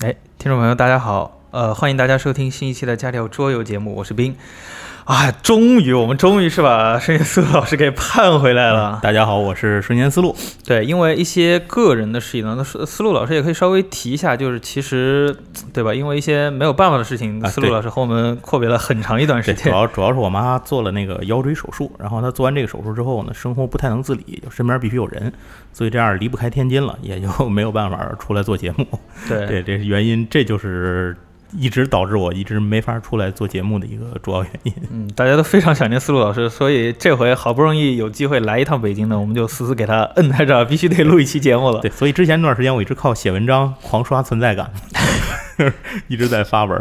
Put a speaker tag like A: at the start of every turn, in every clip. A: 哎朋友，大家好，呃，欢迎大家收听新一期的《家里有桌游》节目，我是冰。啊，终于，我们终于是把 孙元思老师给盼回来了。
B: 嗯大家好，我是瞬间思 路。
A: 对，因为一些个人的事情呢，那思思路老师也可以稍微提一下，就是其实对吧？因为一些没有办法的事情，
B: 啊
A: 思路
B: 对
A: 老师和我们阔别了很长一段时
B: 对，主
A: 间。
B: 要主要是我妈做了那个腰椎手术，然后她做完这个手术之后呢，生活不太能自理，就身边必须有人，所以这样离不开天津了， 也就没有办法出来做节目。
A: 对
B: 对，这是原因，这就是一直导致我一直没法出来做节目的一个主要原因。
A: 嗯，大家都非常想念思路老师，所以这回好不容易有机会来一趟北京呢，我们就死死给他摁在这儿，必须得录一期节目了。
B: 对，所以之前那段时间我一直靠写文章狂刷存在感， 一直在发文。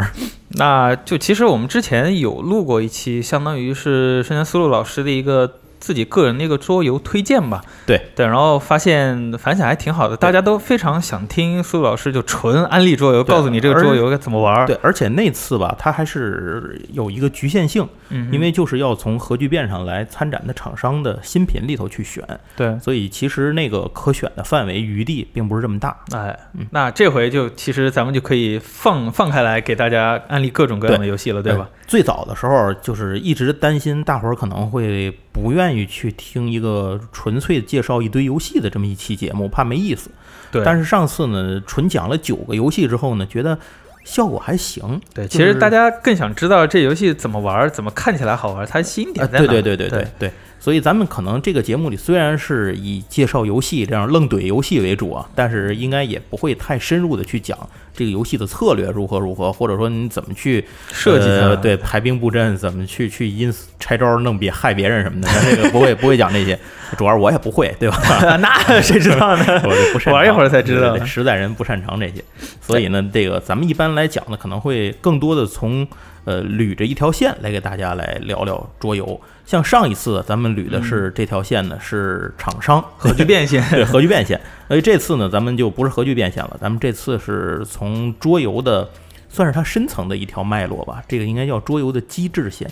A: 那就其实我们之前有录过一期，相当于是深圳思路老师的一个自己个人的一个桌游推荐吧。
B: 对
A: 对，然后发现反响还挺好的，大家都非常想听思路老师就纯安利桌游，
B: 对
A: 告诉你这个桌游该怎么玩儿。
B: 对，而且那次吧，它还是有一个局限性，
A: 嗯哼，
B: 因为就是要从核聚变上来参展的厂商的新品里头去选，
A: 对，
B: 所以其实那个可选的范围余地并不是这么大。
A: 哎
B: 嗯，
A: 那这回就其实咱们就可以放放开来给大家安利各种各样的游戏了，对吧？
B: 呃？最早的时候就是一直担心大伙儿可能会不愿意去听一个纯粹介绍一堆游戏的这么一期节目，怕没意思。
A: 对，
B: 但
A: 是
B: 是上次呢，纯讲了九个游戏之后呢，觉得效果还行。
A: 对，其
B: 就是
A: 实大家更想知道这游戏怎么玩儿，怎么看起来好玩儿，它新
B: 啊，
A: 点在哪？
B: 对对对对
A: 对
B: 对对，所以咱们可能这个节目里虽然是以介绍游戏这样愣怼游戏为主啊，但是应该也不会太深入的去讲这个游戏的策略如何如何，或者说你怎么去
A: 设计
B: 呃
A: 的，
B: 对排兵布阵，怎么去去因此拆招弄别害别人什么的，咱这个不会不会讲这些，主要是我也不会，对吧？
A: 那谁知道呢？
B: 我就不擅长
A: 玩一会儿才知道
B: 对对对实在人不擅长这些，所以呢，这个咱们一般来讲呢，可能会更多的从呃捋着一条线来给大家来聊聊桌游。像上一次咱们捋的是这条线呢，是 厂商
A: 核聚变线，
B: 对核聚变线，所以这次呢，咱们就不是核聚变线了，咱们这次是从桌游的。算是它深层的一条脉络吧，这个应该叫桌游的机制线。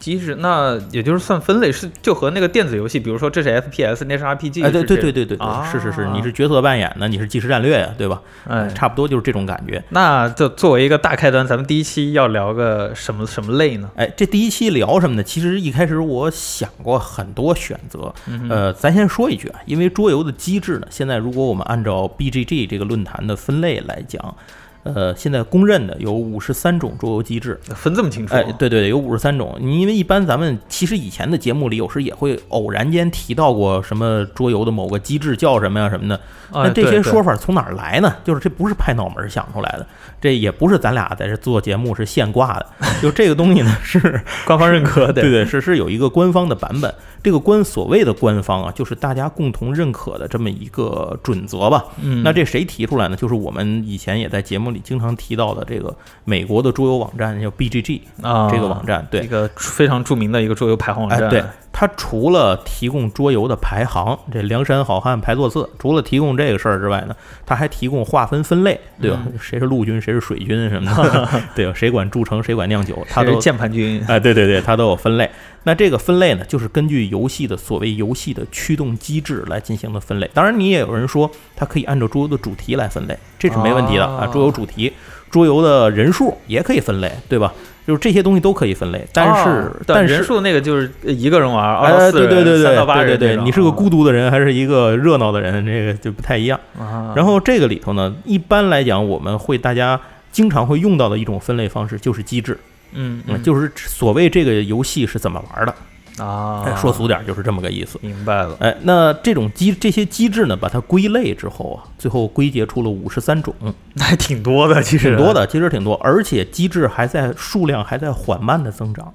A: 机制，那也就是算分类是就和那个电子游戏，比如说这是 FPS，那是 RPG，
B: 哎，对
A: 是
B: 对
A: 这
B: 对，对对，对是是是，你是角色扮演呢，你是即时战略呀，对吧？
A: 哎，
B: 差不多就是这种感觉。
A: 那就作为一个大开端，咱们第一期要聊个什么什么类呢？
B: 哎，这第一期聊什么呢？其实一开始我想过很多选择，
A: 嗯哼
B: 呃，咱先说一句啊，因为桌游的机制呢，现在如果我们按照 BGG 这个论坛的分类来讲，呃，现在公认的有五十三种桌游机制。
A: 分这么清楚？啊
B: 哎，对对，对有五十三种。你因为一般咱们其实以前的节目里，有时也会偶然间提到过什么桌游的某个机制叫什么呀什么的。
A: 哎，
B: 那这些说
A: 法，
B: 法从哪儿来呢？就是这不是拍脑门儿想出来的，这也不是咱俩在这做节目是现挂的。就这个东西呢，是
A: 官方认可
B: 对对，是是有一个官方的版本。这个官所谓的官方啊，就是大家共同认可的这么一个准则吧。
A: 嗯，
B: 那这谁提出来呢？就是我们以前也在节目里经常提到的这个美国的桌游网站叫 BGG
A: 啊，
B: 这个网站，
A: 一
B: 对。
A: 个非常著名的一个桌游排行网
B: 哎，
A: 站，啊
B: 对，它除了提供桌游的排行，这梁山好汉排座次，除了提供这个事儿之外呢，它还提供划分分类，对吧？
A: 嗯
B: 谁是陆军，谁是水军什么 的，对吧？谁管铸成，谁管酿酒，它
A: 他
B: 都
A: 是键盘君，
B: 哎，对对对，它都有分类。那这个分类呢，就是根据游戏的所谓游戏的驱动机制来进行的分类。当然，你也有人说它可以按照桌游的主题来分类，这是没问题的啊。
A: 哦
B: 桌游主题、桌游的人数也可以分类，对吧？就是这些东西都可以分类，但是、
A: 哦对
B: 但
A: 人
B: 是。
A: 数那个就是一个人玩，二
B: 哎，
A: 到四
B: 对
A: 人，
B: 对对对
A: 三到八
B: 对对
A: 人这
B: 对，
A: 种，哦
B: 你是个孤独的人还是一个热闹的人，这个就不太一样。
A: 啊，
B: 然后这个里头呢，一般来讲，我们会大家经常会用到的一种分类方式就是机制，
A: 嗯
B: 嗯
A: 嗯，
B: 就是所谓这个游戏是怎么玩的。哎
A: 啊，
B: 说俗点儿就是这么个意思。
A: 明白了，
B: 哎，那这种机这些机制呢，把它归类之后啊，最后归结出了五十三种，
A: 那还挺多的，其实
B: 挺多的，其实挺多，而且机制还在数量还在缓慢的增长。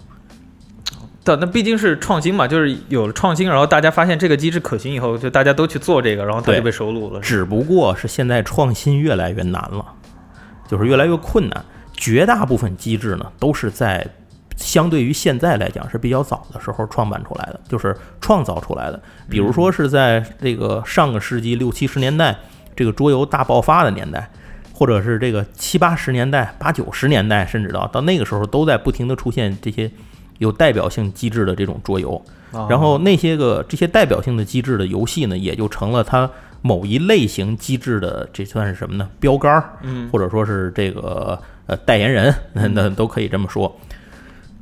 A: 对，那毕竟是创新嘛，就是有了创新，然后大家发现这个机制可行以后，就大家都去做这个，然后它
B: 对
A: 就被收录了。
B: 只不过是现在创新越来越难了，就是越来越困难。绝大部分机制呢，都是在相对于现在来讲是比较早的时候创办出来的，就是创造出来的。比如说是在这个上个世纪六七十年代，这个桌游大爆发的年代。或者是这个七八十年代、八九十年代，甚至到到那个时候，都在不停的出现这些有代表性机制的这种桌游。
A: 啊
B: 然后那些个这些代表性的机制的游戏呢，也就成了它某一类型机制的这算是什么呢？标杆儿，
A: 嗯
B: 或者说是这个呃代言人，那那都可以这么说。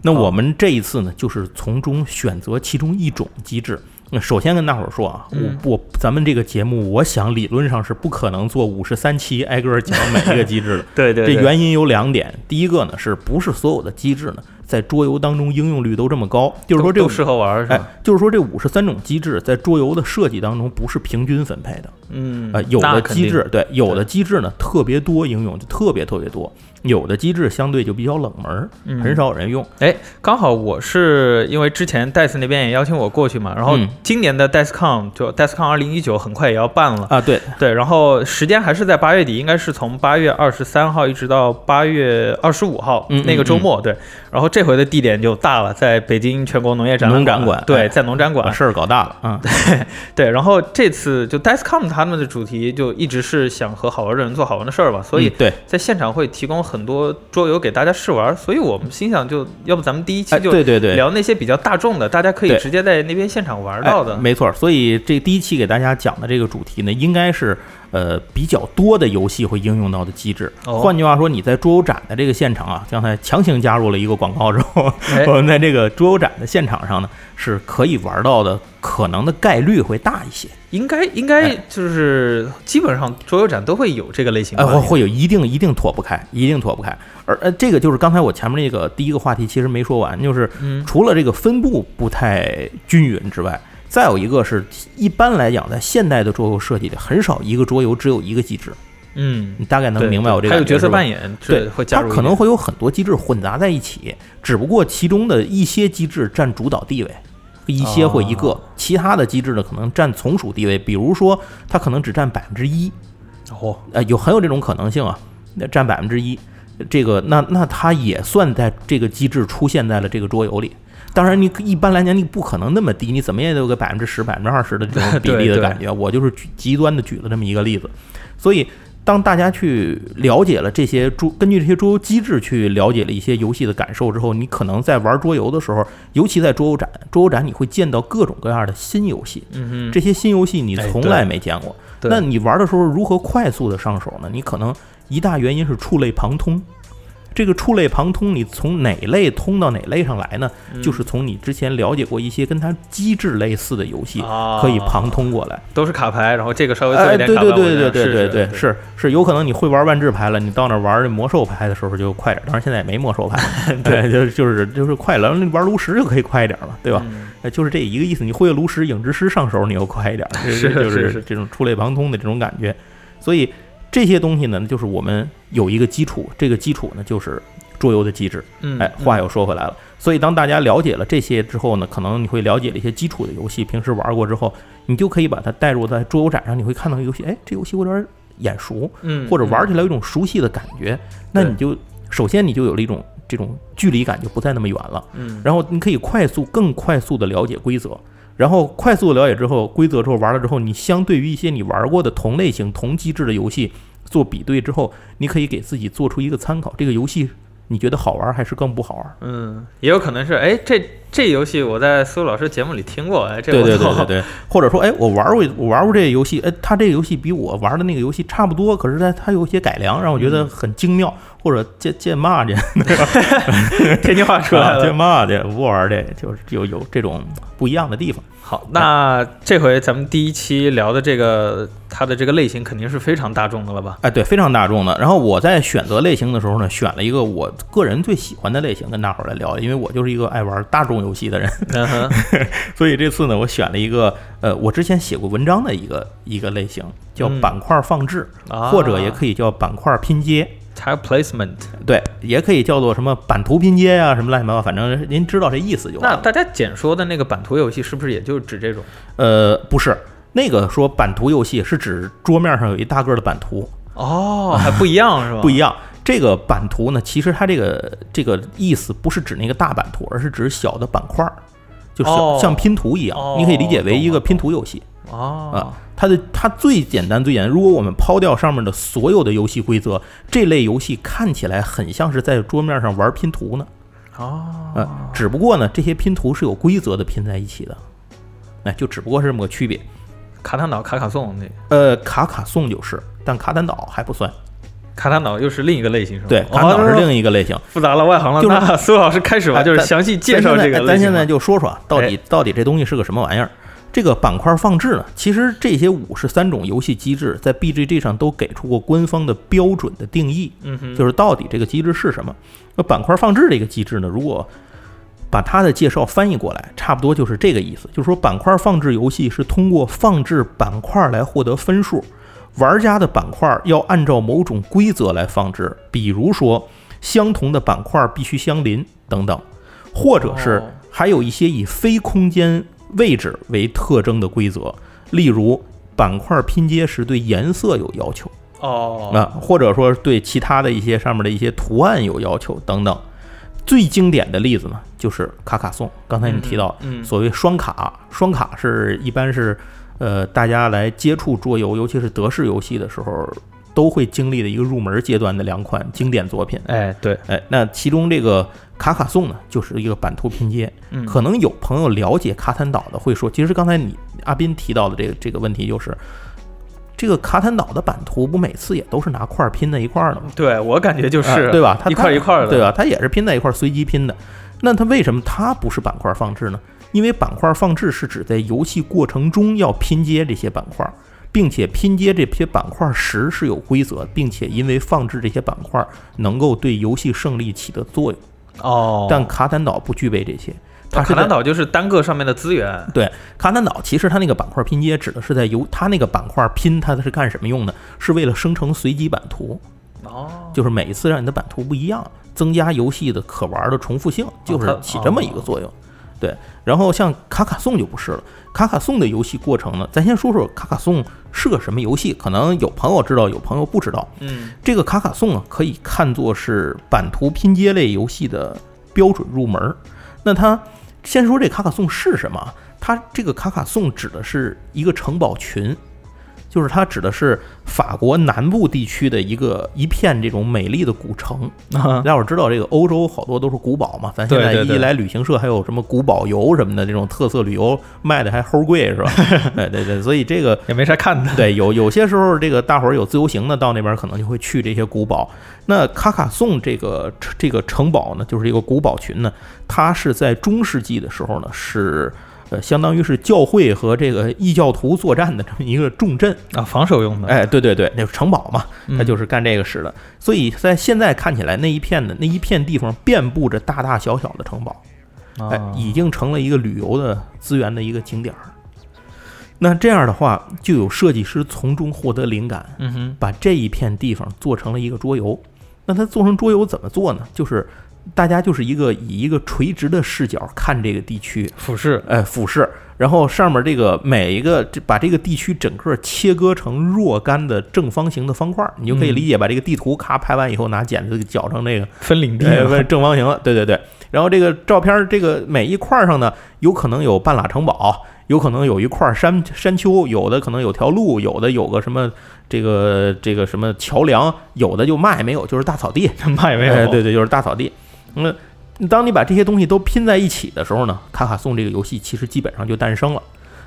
B: 那我们这一次呢，就是从中选择其中一种机制。那首先跟大伙儿说啊，
A: 嗯
B: 我我咱们这个节目，我想理论上是不可能做五十三期挨个儿讲每一个机制的。
A: 对 对
B: 这
A: 对，
B: 原因有两点，第一个呢，是不是所有的机制呢，在桌游当中应用率都这么高？就是说这
A: 都
B: 个
A: 适合玩儿是
B: 哎
A: 吧？，
B: 就是说这五十三种机制在桌游的设计当中不是平均分配的，
A: 嗯
B: 呃，有
A: 那
B: 的
A: 肯
B: 机
A: 定
B: 制对，有的机制呢特别多应用，就特别特别多；有的机制相对就比较冷门儿，
A: 嗯
B: 很少有人用。
A: 哎，刚好我是因为之前戴斯那边也邀请我过去嘛，然后
B: 嗯
A: 今年的 DESCON 就 DESCON 二零一九很快也要办了，
B: 啊，对，
A: 对，然后时间还是在八月底，应该是从八月二十三号一直到八月二十五号
B: 嗯嗯
A: 那个周末，对，然后这回的地点就大了，在北京全国农业展览
B: 农展馆哎
A: 对，在农展
B: 把
A: 馆，
B: 事儿搞大了啊。
A: 对，然后这次就 DESCON 他们的主题就一直是想和好玩的人做好玩的事儿吧，所以
B: 嗯对，
A: 在现场会提供很多桌游给大家试玩，所以我们心想就要不咱们第一期
B: 哎，
A: 就
B: 对对对，
A: 聊那些比较大众的，大家可以
B: 对
A: 直接在那边现场玩
B: 哎
A: 到的。
B: 没错儿。所以这第一期给大家讲的这个主题呢，应该是呃比较多的游戏会应用到的机制。
A: 哦
B: 换句话说，你在桌游展的这个现场啊，刚才强行加入了一个广告之后，
A: 哎
B: 我们在这个桌游展的现场上呢，是可以玩到的，可能的概率会大一些。
A: 应该应该就是基本上桌游展都会有这个类型
B: 哎，
A: 的。
B: 会会有一定一定脱不开，一定脱不开。而呃，这个就是刚才我前面那个第一个话题其实没说完，就是
A: 嗯
B: 除了这个分布不太均匀之外，再有一个是一般来讲，在现代的桌游设计里，很少一个桌游只有一个机制。
A: 嗯，
B: 你大概能
A: 对
B: 明白我这
A: 对
B: 个
A: 还有
B: 感觉
A: 角色
B: 是吧
A: 扮演，
B: 对
A: 是，会加
B: 它
A: 入一
B: 可能
A: 点
B: 会有很多机制混杂在一起，只不过其中的一些机制占主导地位，一些或一个，
A: 哦
B: 其他的机制呢可能占从属地位，比如说它可能只占百分之一，
A: 哦，
B: 呃，有很有这种可能性啊，那占百分之一，这个那那它也算在这个机制出现在了这个桌游里。当然，你一般来讲你不可能那么低，你怎么也得有个百分之十、百分之二十的 这种比例
A: 对
B: 的
A: 对
B: 感觉。我就是举极端的举了这么一个例子，所以。当大家去了解了这些桌，根据这些桌游机制去了解了一些游戏的感受之后，你可能在玩桌游的时候，尤其在桌游展，桌游展你会见到各种各样的新游戏，
A: 嗯哼，
B: 这些新游戏你
A: 哎
B: 从
A: 对
B: 来没见过。
A: 对
B: 那你玩的时候如何快速的上手呢？你可能一大原因是触类旁通。这个触类旁通，你从哪类通到哪类上来呢？
A: 嗯
B: 就是从你之前了解过一些跟它机制类似的游戏，
A: 啊
B: 可以旁通过来。
A: 都是卡牌，然后这个稍微做
B: 哎，
A: 一点
B: 对对
A: 卡牌，
B: 对
A: 我觉
B: 对对
A: 得
B: 对
A: 是
B: 对
A: 是
B: 对，是是，有可能你会玩万智牌了，你到那玩这魔兽牌的时候就快点儿。当然现在也没魔兽牌， 对，就是就是就是快了，你玩炉石就可以快一点了，对吧？
A: 嗯
B: 哎，就是这一个意思。你会炉石影之师上手，你又快一点儿，这
A: 是
B: 就是
A: 是
B: 这种触类旁通的这种感觉。所以这些东西呢，就是我们有一个基础，这个基础呢就是桌游的机制。
A: 嗯，
B: 哎，话又说回来了，所以当大家了解了这些之后呢，可能你会了解了一些基础的游戏，平时玩过之后，你就可以把它带入在桌游展上，你会看到游戏，哎，这游戏我有点眼熟，
A: 嗯，
B: 或者玩
A: 嗯
B: 起来有一种熟悉的感觉，那你就首先你就有了一种这种距离感，就不再那么远了。
A: 嗯，
B: 然后你可以快速、更快速的了解规则，然后快速的了解之后规则之后玩了之后，你相对于一些你玩过的同类型、同机制的游戏做比对之后，你可以给自己做出一个参考，这个游戏你觉得好玩还是更不好玩？
A: 嗯，也有可能是哎，这这游戏我在苏老师节目里听过，哎，这
B: 对
A: 我
B: 对对
A: 懂
B: 对对，或者说，哎，我玩过我玩过这个游戏，哎，它这个游戏比我玩的那个游戏差不多，可是它它有一些改良，让我觉得很精妙，或者见见骂 去，
A: 天津话出来
B: 见
A: 了。
B: 骂去，不玩这，就是有有这种不一样的地方。
A: 好，那这回咱们第一期聊的这个，它的这个类型肯定是非常大众的了吧？
B: 哎，对，非常大众的。然后我在选择类型的时候呢，选了一个我个人最喜欢的类型跟大伙儿来聊，因为我就是一个爱玩大众游戏的人，
A: 嗯哼，
B: 所以这次呢，我选了一个呃，我之前写过文章的一个一个类型，叫
A: 嗯
B: 板块放置，
A: 啊
B: 或者也可以叫板块拼接，
A: tile placement。
B: 对，也可以叫做什么版图拼接啊呀、什么乱七八糟，反正您知道这意思就完
A: 那
B: 了。
A: 大家简说的那个版图游戏，是不是也就是指这种？
B: 呃，不是那个说版图游戏是指桌面上有一大个儿的版图，
A: 哦，还不一样是吧？
B: 不一
A: 样。
B: 样。这个版图呢，其实它这个这个意思不是指那个大版图，而是指小的板块儿，就小、
A: 哦
B: 像拼图一样，
A: 哦
B: 你可以理解为一
A: 懂
B: 个
A: 了
B: 拼图游戏
A: 哦
B: 啊，。它的它最简单最简单，如果我们抛掉上面的所有的游戏规则，这类游戏看起来很像是在桌面上玩拼图呢。
A: 哦，
B: 呃，只不过呢，这些拼图是有规则的拼在一起的，哎，就只不过是这么个区别。
A: 卡坦岛、卡卡颂那
B: 呃，卡卡颂就是，但卡坦岛还不算。
A: 卡坦岛又是另一个类型是吧？哦
B: 对，卡坦岛是另一个类型。
A: 复杂了，外行了。
B: 就是
A: 那苏老师开始吧，
B: 哎
A: 就是
B: 咱
A: 详细介绍这
B: 咱现在
A: 个
B: 哎
A: 类
B: 咱
A: 型哎
B: 现
A: 吧。
B: 在就说说啊，到底到底这东西是个什么玩意儿？这个板块放置呢，其实这些五十三种游戏机制在 BGG 上都给出过官方的标准的定义，
A: 嗯哼，
B: 就是到底这个机制是什么。那板块放置这个机制呢，如果把它的介绍翻译过来，差不多就是这个意思，就是说板块放置游戏是通过放置板块来获得分数，玩家的板块要按照某种规则来放置，比如说相同的板块必须相邻等等，或者是
A: 哦
B: 还有一些以非空间位置为特征的规则，例如板块拼接时对颜色有要求。
A: 哦，
B: 啊，或者说对其他的一些上面的一些图案有要求等等。最经典的例子呢，就是卡卡颂。刚才你提到，
A: 嗯嗯
B: 所谓双卡，双卡是一般是呃大家来接触桌游，尤其是德式游戏的时候，都会经历的一个入门阶段的两款经典作品。
A: 哎，对，
B: 哎，那其中这个卡卡颂呢，就是一个版图拼接。
A: 嗯，
B: 可能有朋友了解卡坦岛的会说，其实刚才你阿斌提到的这个这个问题就是，这个卡坦岛的版图不每次也都是拿块儿拼在一块儿的吗？
A: 对我感觉就是、
B: 哎对吧？它
A: 一块儿一块儿的
B: 对吧？它也是拼在一块儿随机拼的。那它为什么它不是板块放置呢？因为板块放置是指在游戏过程中要拼接这些板块，并且拼接这些板块时是有规则，并且因为放置这些板块能够对游戏胜利起的作用。
A: 哦，
B: 但卡坦岛不具备这些，它是
A: 卡
B: 在
A: 坦岛就是单个上面的资源，
B: 对，卡坦岛其实它那个板块拼接指的是在由它那个板块拼，它是干什么用的？是为了生成随机版图，
A: 哦，
B: 就是每一次让你的版图不一样，增加游戏的可玩的重复性，就是
A: 它
B: 起这么一个作用。对，然后像卡卡颂就不是了。卡卡颂的游戏过程呢，咱先说说卡卡颂是个什么游戏，可能有朋友知道，有朋友不知道。
A: 嗯，
B: 这个卡卡颂啊，可以看作是版图拼接类游戏的标准入门儿。那它先说这卡卡颂是什么啊？它这个卡卡颂指的是一个城堡群，就是它指的是法国南部地区的一个一片这种美丽的古城。
A: 啊
B: 大家伙儿知道这个欧洲好多都是古堡嘛，咱现在
A: 对对对
B: 一来旅行社还有什么古堡游什么的这种特色旅游卖的还齁贵是 吧？对对对，所以这个
A: 也没啥看 的，
B: 对，有有些时候，这个大伙儿有自由行的，到那边可能就会去这些古堡。那卡卡颂这个这个城堡呢，就是一个古堡群呢，它是在中世纪的时候呢，是呃，相当于是教会和这个异教徒作战的这么一个重镇。
A: 啊，防守用的，
B: 哎，对对对，那是城堡嘛，
A: 嗯
B: 它就是干这个使的。所以在现在看起来，那一片的那一片地方遍布着大大小小的城堡。哎
A: 啊，
B: 已经成了一个旅游的资源的一个景点儿。那这样的话，就有设计师从中获得灵感，
A: 嗯哼，
B: 把这一片地方做成了一个桌游。那它做成桌游怎么做呢？就是大家就是一个以一个垂直的视角看这个地区，
A: 俯视，
B: 哎，俯视，然后上面这个每一个这把这个地区整个切割成若干的正方形的方块儿，你就可以
A: 嗯
B: 理解把这个地图咔拍完以后，拿剪子给绞成这个
A: 分领地
B: 哎，
A: 了
B: 不是正方形了，对对对。然后这个照片儿，这个每一块儿上呢，有可能有半拉城堡，有可能有一块儿山山丘，有的可能有条路，有的有个什么这个这个什么桥梁，有的就嘛也没有，就是大草地。
A: 嘛也没
B: 哎
A: 有，
B: 对对，就是大草地。那、当你把这些东西都拼在一起的时候呢，卡卡颂这个游戏其实基本上就诞生了。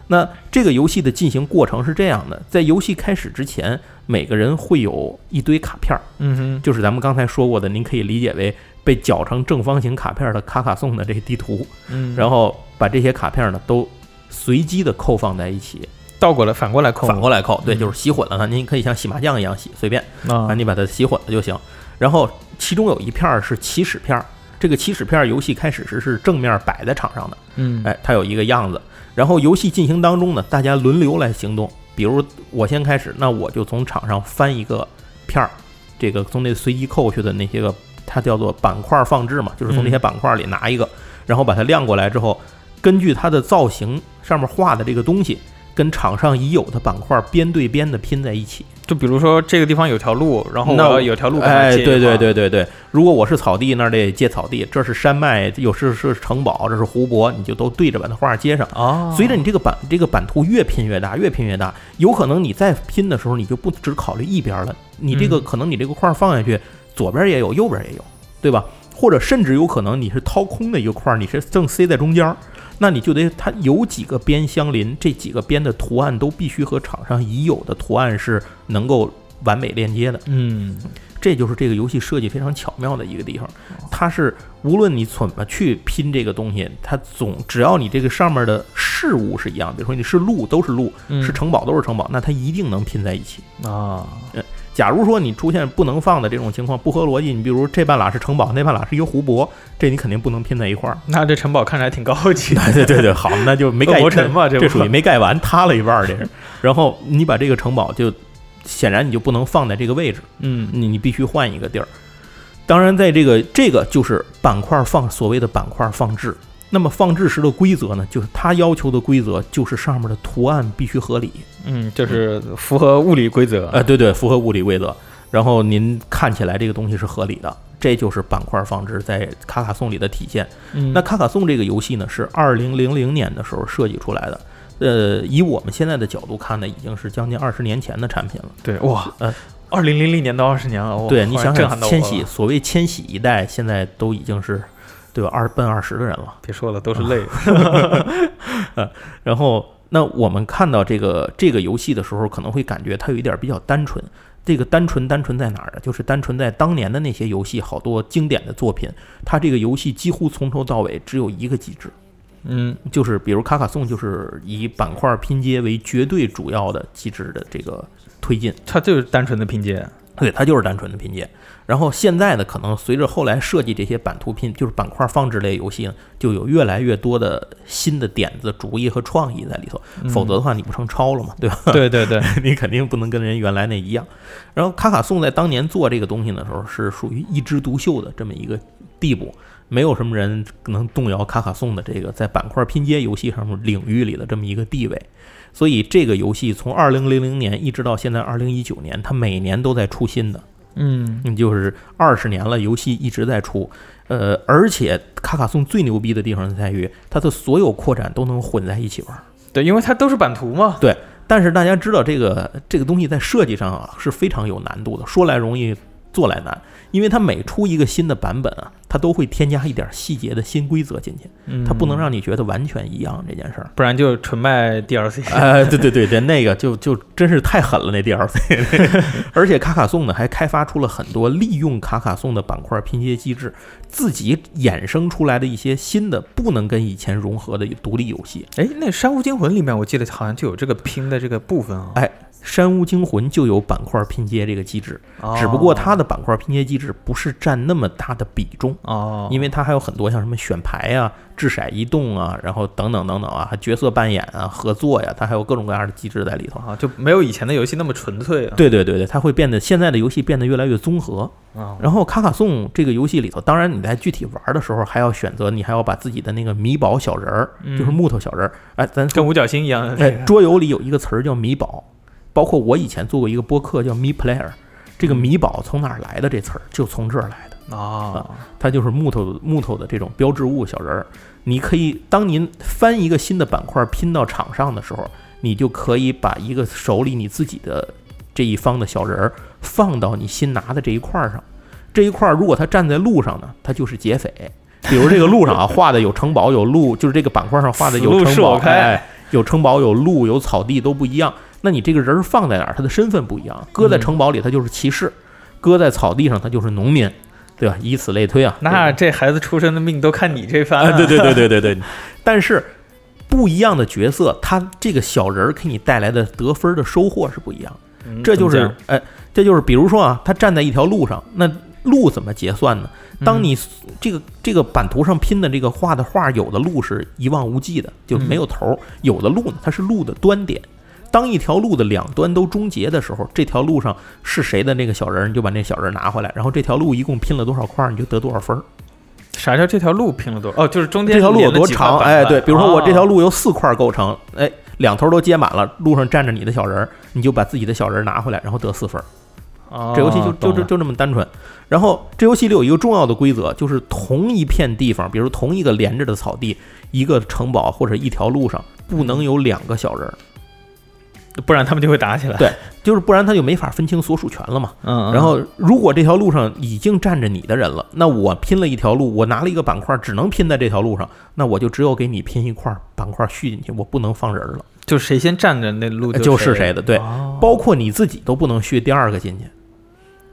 B: 那这个游戏的进行过程是这样的，在游戏开始之前，每个人会有一堆卡片儿。
A: 嗯哼，
B: 就是咱们刚才说过的，您可以理解为被绞成正方形卡片的卡卡颂的这个地图，
A: 嗯，
B: 然后把这些卡片呢都随机的扣放在一起，
A: 倒过来反过来扣，
B: 反过来扣，对，
A: 嗯
B: 就是洗混了它。啊您可以像洗麻将一样洗，随便
A: 啊
B: 啊，，你把它洗混了就行。然后其中有一片儿是起始片儿，这个起始片儿游戏开始时是正面摆在场上的，
A: 嗯，
B: 哎，它有一个样子。然后游戏进行当中呢，大家轮流来行动。比如我先开始，那我就从场上翻一个片儿，这个从那随机扣去的那些个，它叫做板块放置嘛，就是从那些板块里拿一个，然后把它亮过来之后，根据它的造型上面画的这个东西，跟场上已有的板块边对边的拼在一起。
A: 就比如说这个地方有条路，然后我
B: 那
A: 要
B: 我
A: 有条路，
B: 哎，对对，对对对，如果我是草地，那儿得接草地；这是山脉，有是是城堡，这是湖泊，你就都对着把它画接上。
A: 哦，
B: 随着你这个版这个版图越拼越大，越拼越大，有可能你再拼的时候，你就不只考虑一边了，你这个
A: 嗯
B: 可能你这个块儿放下去，左边也有，右边也有，对吧？或者甚至有可能你是掏空的一个块儿，你是正塞在中间儿，那你就得它有几个边相邻，这几个边的图案都必须和场上已有的图案是能够完美链接的。
A: 嗯
B: 这就是这个游戏设计非常巧妙的一个地方，它是无论你怎么去拼这个东西，它总只要你这个上面的事物是一样，比如说你是路都是路，
A: 嗯
B: 是城堡都是城堡，那它一定能拼在一起。
A: 啊，
B: 假如说你出现不能放的这种情况，不合逻辑，你比如这半拉是城堡，那半拉是一个湖泊，这你肯定不能拼在一块儿。
A: 那这城堡看着还挺高级的。
B: 对对对对，好，那 就没盖
A: 恶魔城嘛
B: 这
A: 这
B: 这
A: 不
B: 属于没盖完，塌了一半儿这是。然后你把这个城堡就显然你就不能放在这个位置，
A: 嗯
B: 你你必须换一个地儿。当然，在这个这个就是板块放所谓的板块放置。那么放置时的规则呢，就是它要求的规则就是上面的图案必须合理，
A: 嗯，就是符合物理规则。
B: 呃，对对，符合物理规则。然后您看起来这个东西是合理的，这就是板块放置在卡卡颂里的体现。
A: 嗯
B: 那卡卡颂这个游戏呢，是二零零零年的时候设计出来的。呃，以我们现在的角度看呢，已经是将近二十年前的产品了。
A: 对哇
B: 呃，
A: 二零零零年到二十年了，哇
B: 对你想
A: 震撼
B: 想，
A: 到我
B: 千
A: 了
B: 禧所谓千禧一代，现在都已经是对吧二奔二十的人了。 呃
A: 别说了，都是泪。
B: 然后，那我们看到这个这个游戏的时候，可能会感觉它有一点比较单纯。这个单纯单纯在哪儿呢？就是单纯在当年的那些游戏，好多经典的作品，它这个游戏几乎从头到尾只有一个机制，
A: 嗯
B: 就是比如卡卡颂就是以板块拼接为绝对主要的机制的这个推进。
A: 它就是单纯的拼接。
B: 对，它就是单纯的拼接。然后现在呢，可能随着后来设计这些版图拼，就是板块放置类游戏呢，就有越来越多的新的点子、主意和创意在里头。否则的话，你不成抄了嘛，对吧？
A: 嗯 对对对，
B: 你肯定不能跟人原来那一样。然后卡卡颂在当年做这个东西的时候，是属于一枝独秀的这么一个地步，没有什么人能动摇卡卡颂的这个在板块拼接游戏上面领域里的这么一个地位。所以这个游戏从二零零零年一直到现在二零一九年，它每年都在出新的，
A: 嗯
B: 嗯，就是二十年了，游戏一直在出。呃，而且卡卡颂最牛逼的地方在于，它的所有扩展都能混在一起玩儿。
A: 对，因为它都是版图嘛。
B: 但是大家知道，这个这个东西在设计上啊是非常有难度的，说来容易，做来难，因为它每出一个新的版本啊，它都会添加一点细节的新规则进去，
A: 嗯
B: 它不能让你觉得完全一样这件事儿。
A: 不然就纯卖 DLC。
B: 哎，对对对对，那个就就真是太狠了，那 DLC。而且卡卡颂呢，还开发出了很多利用卡卡颂的板块拼接机制，自己衍生出来的一些新的不能跟以前融合的独立游戏。
A: 哎，那《山无惊魂》里面，我记得好像就有这个拼的这个部分啊。
B: 哎《山屋惊魂》就有板块拼接这个机制，
A: 哦
B: 只不过它的板块拼接机制不是占那么大的比重，
A: 哦，
B: 因为它还有很多像什么选牌啊、掷骰移动啊，然后等等等等啊，还角色扮演啊、合作呀、它还有各种各样的机制在里头。
A: 啊就没有以前的游戏那么纯粹啊。
B: 对对对对，它会变得现在的游戏变得越来越综合。
A: 啊，
B: 然后卡卡颂这个游戏里头，当然你在具体玩的时候还要选择，你还要把自己的那个米宝小人儿，
A: 嗯
B: 就是木头小人儿，哎，咱
A: 跟五角星一样的
B: 哎
A: 那，个。
B: 桌游里有一个词儿叫米宝，包括我以前做过一个播客叫 Me Player，这
A: 嗯
B: 个米宝从哪儿来的这词儿就从这儿来的，
A: 哦，
B: 它就是木头木头的这种标志物小人儿。你可以当您翻一个新的板块拼到场上的时候，你就可以把一个手里你自己的这一方的小人儿放到你新拿的这一块儿上。这一块儿如果他站在路上呢，他就是劫匪。 比如这个路上啊，画的有城堡有路，就是这个板块上画的
A: 此
B: 有
A: 路
B: 城
A: 是
B: 堡，
A: 我开
B: 哎，有城堡有路有草地都不一样。那你这个人儿放在哪儿，他的身份不一样。搁在
A: 嗯
B: 城堡里，他就是骑士；搁在草地上，他就是农民，对吧？以此类推啊。
A: 那 这孩子出生的命都看你这番
B: 啊，
A: 啊。
B: 对对对对对对。但是不一样的角色，他这个小人儿给你带来的得分的收获是不一样的。
A: 嗯，
B: 这就
A: 怎么
B: 是
A: 讲，
B: 哎，这就是比如说啊，他站在一条路上，那路怎么结算呢？当
A: 嗯
B: 你这个这个版图上拼的这个画的画，有的路是一望无际的，就
A: 嗯
B: 没有头儿；有的路呢，它是路的端点。当一条路的两端都终结的时候，这条路上是谁的那个小人儿，你就把那小人儿拿回来，然后这条路一共拼了多少块儿，你就得多少分儿。
A: 啥叫这条路拼了多？哦，就是中间
B: 这条路有
A: 连了
B: 多
A: 几块
B: 长？
A: 板
B: 哎，
A: 块
B: 对，比如说我这条
A: 哦
B: 路由四块构成，哎，两头都接满了，路上站着你的小人儿，你就把自己的小人儿拿回来，然后得四分儿。
A: 哦
B: 这游戏
A: 啊
B: 就就就就这么单纯。然后这游戏里有一个重要的规则，就是同一片地方，比如同一个连着的
A: 嗯
B: 草地、一个城堡或者一条路上，不能有两个小人儿。
A: 不然他们就会打起来。
B: 对就是不然他就没法分清所属权了嘛。
A: 嗯，嗯
B: 然后，如果这条路上已经站着你的人了，那我拼了一条路，我拿了一个板块，只能拼在这条路上，那我就只有给你拼一块板块续进去，我不能放人了，呃
A: 就谁先站着那路
B: 就是
A: 谁
B: 谁的。对，
A: 哦
B: 包括你自己都不能续第二个进去。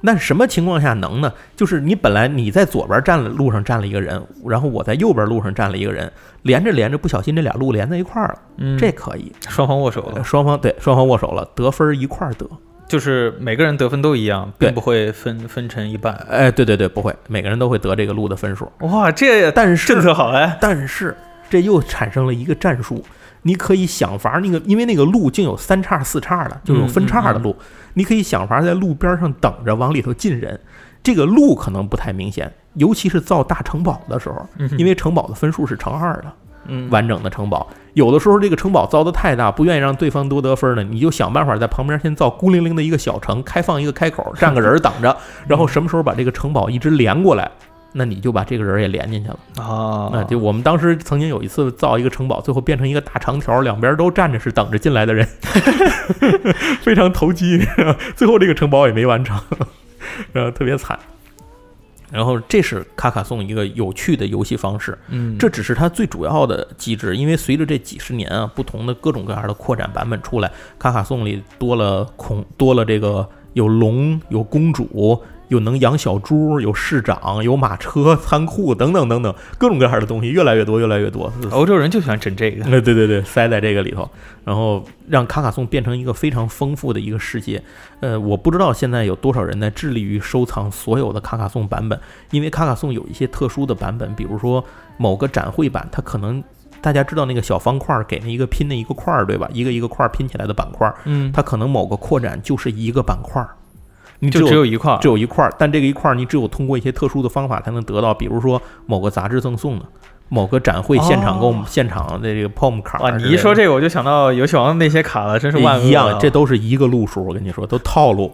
B: 那什么情况下能呢？就是你本来你在左边站了路上站了一个人，然后我在右边路上站了一个人，连着连着不小心这俩路连在一块儿了，
A: 嗯
B: 这可以，
A: 双方握手了
B: 呃双方对双方握手了，得分一块儿得。
A: 就是每个人得分都一样，
B: 对
A: 并不会分分成一半。
B: 哎，对对对，不会，每个人都会得这个路的分数。
A: 哇，这
B: 但是
A: 政策好哎！
B: 但是这又产生了一个战术，你可以想法儿那个，因为那个路竟有三岔四岔的，就有分岔的
A: 嗯
B: 路，你可以想法儿在路边上等着往里头进人。这个路可能不太明显，尤其是造大城堡的时候，
A: 嗯哼
B: 因为城堡的分数是乘二的，
A: 嗯，
B: 完整的城堡。有的时候这个城堡造的太大，不愿意让对方多得分呢，你就想办法在旁边先造孤零零的一个小城，开放一个开口，站个人儿挡着，然后什么时候把这个城堡一直连过来，那你就把这个人儿也连进去了。
A: 啊，
B: 啊，就我们当时曾经有一次造一个城堡，最后变成一个大长条，两边都站着是等着进来的人， 非常投机。 最后这个城堡也没完成，然后特别惨。然后这是卡卡颂一个有趣的游戏方式，
A: 嗯，
B: 这只是它最主要的机制。因为随着这几十年啊，不同的各种各样的扩展版本出来，卡卡颂里多了恐多了这个有龙，有公主，有能养小猪，有市长，有马车、仓库等等等等各种各样的东西，越来越多，越来越多。
A: 欧洲人就喜欢整这个。
B: 呃， 对对对，塞在这个里头，然后让卡卡颂变成一个非常丰富的一个世界。呃，我不知道现在有多少人在致力于收藏所有的卡卡颂版本，因为卡卡颂有一些特殊的版本，比如说某个展会版，它可能大家知道那个小方块儿给那一个拼的一个块儿，对吧？一个一个块儿拼起来的板块儿，
A: 嗯，
B: 它可能某个扩展就是一个板块儿，你
A: 就
B: 有
A: 只有一块儿
B: 只。有一块儿，但这个一块儿你只有通过一些特殊的方法才能得到，比如说某个杂志赠送的，某个展会现场购、
A: 哦
B: 现场的这个 POM 卡。
A: 哇，你一说。这个，我就想到游戏王的那些卡了，真是万恶啊
B: 一样，这都是一个路数。我跟你说，都套路。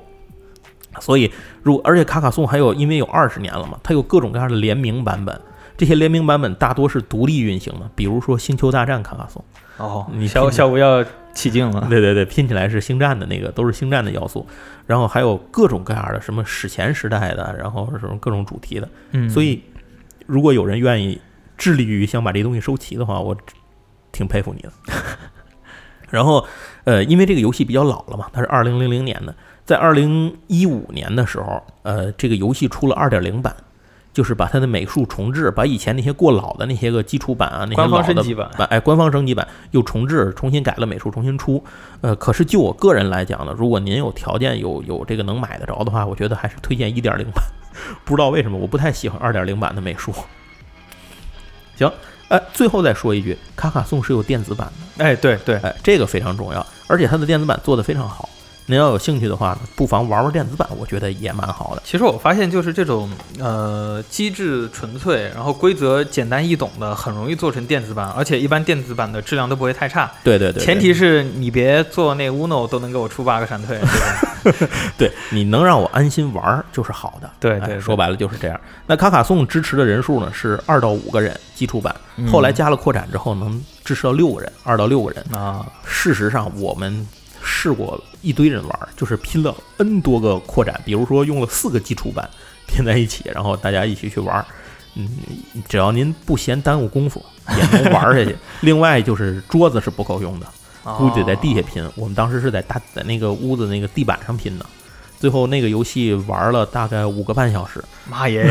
B: 所以，如而且卡卡颂还有，因为有二十年了嘛，它有各种各样的联名版本。这些联名版本大多是独立运行的，比如说《星球大战》卡卡颂，
A: 哦
B: 你，
A: 小
B: 听
A: 小吴要起劲了。
B: 对对对，拼起来是星战的那个，都是星战的要素。然后还有各种各样的什么史前时代的，然后什么各种主题的。
A: 嗯，
B: 所以，如果有人愿意致力于想把这东西收齐的话，我挺佩服你 的。然后，呃，因为这个游戏比较老了嘛，它是二零零零年的，在二零一五年的时候，呃，这个游戏出了二点零版，就是把它的美术重置，把以前那些过老的那些个基础版啊，那些
A: 官
B: 老
A: 方
B: 的
A: 升级版，
B: 版，哎，官方升级版又重置，重新改了美术，重新出。呃，可是就我个人来讲呢，如果您有条件有有这个能买得着的话，我觉得还是推荐一点零版。 不知道为什么，我不太喜欢二点零版的美术。行，哎，最后再说一句，卡卡颂是有电子版的，
A: 哎，对对，
B: 哎，这个非常重要，而且它的电子版做得非常好。您要有兴趣的话呢，不妨玩玩电子版，我觉得也蛮好的。
A: 其实我发现就是这种呃机制纯粹，然后规则简单易懂的，很容易做成电子版，而且一般电子版的质量都不会太差。
B: 对对对对
A: 前提是你别做那 Uno 都能给我出八个闪 退，对吧？
B: 对你能让我安心玩儿就是好的。
A: 对
B: 哎
A: 对对
B: 说白了就是这样。那卡卡颂支持的人数呢是二到五个人，基础版，
A: 嗯
B: 后来加了扩展之后能支持到六个人，二到六个人。
A: 啊，
B: 事实上，我们试过一堆人玩儿，就是拼了 N 多个扩展，比如说用了四个基础版 拼在一起，然后大家一起去玩儿。嗯，只要您不嫌耽误功夫，也能玩儿下去。另外就是桌子是不够用的，估
A: 啊
B: 计得在地下拼。我们当时是在大在那个屋子那个地板上拼的。最后那个游戏玩了大概五个半小时，
A: 哦，妈耶，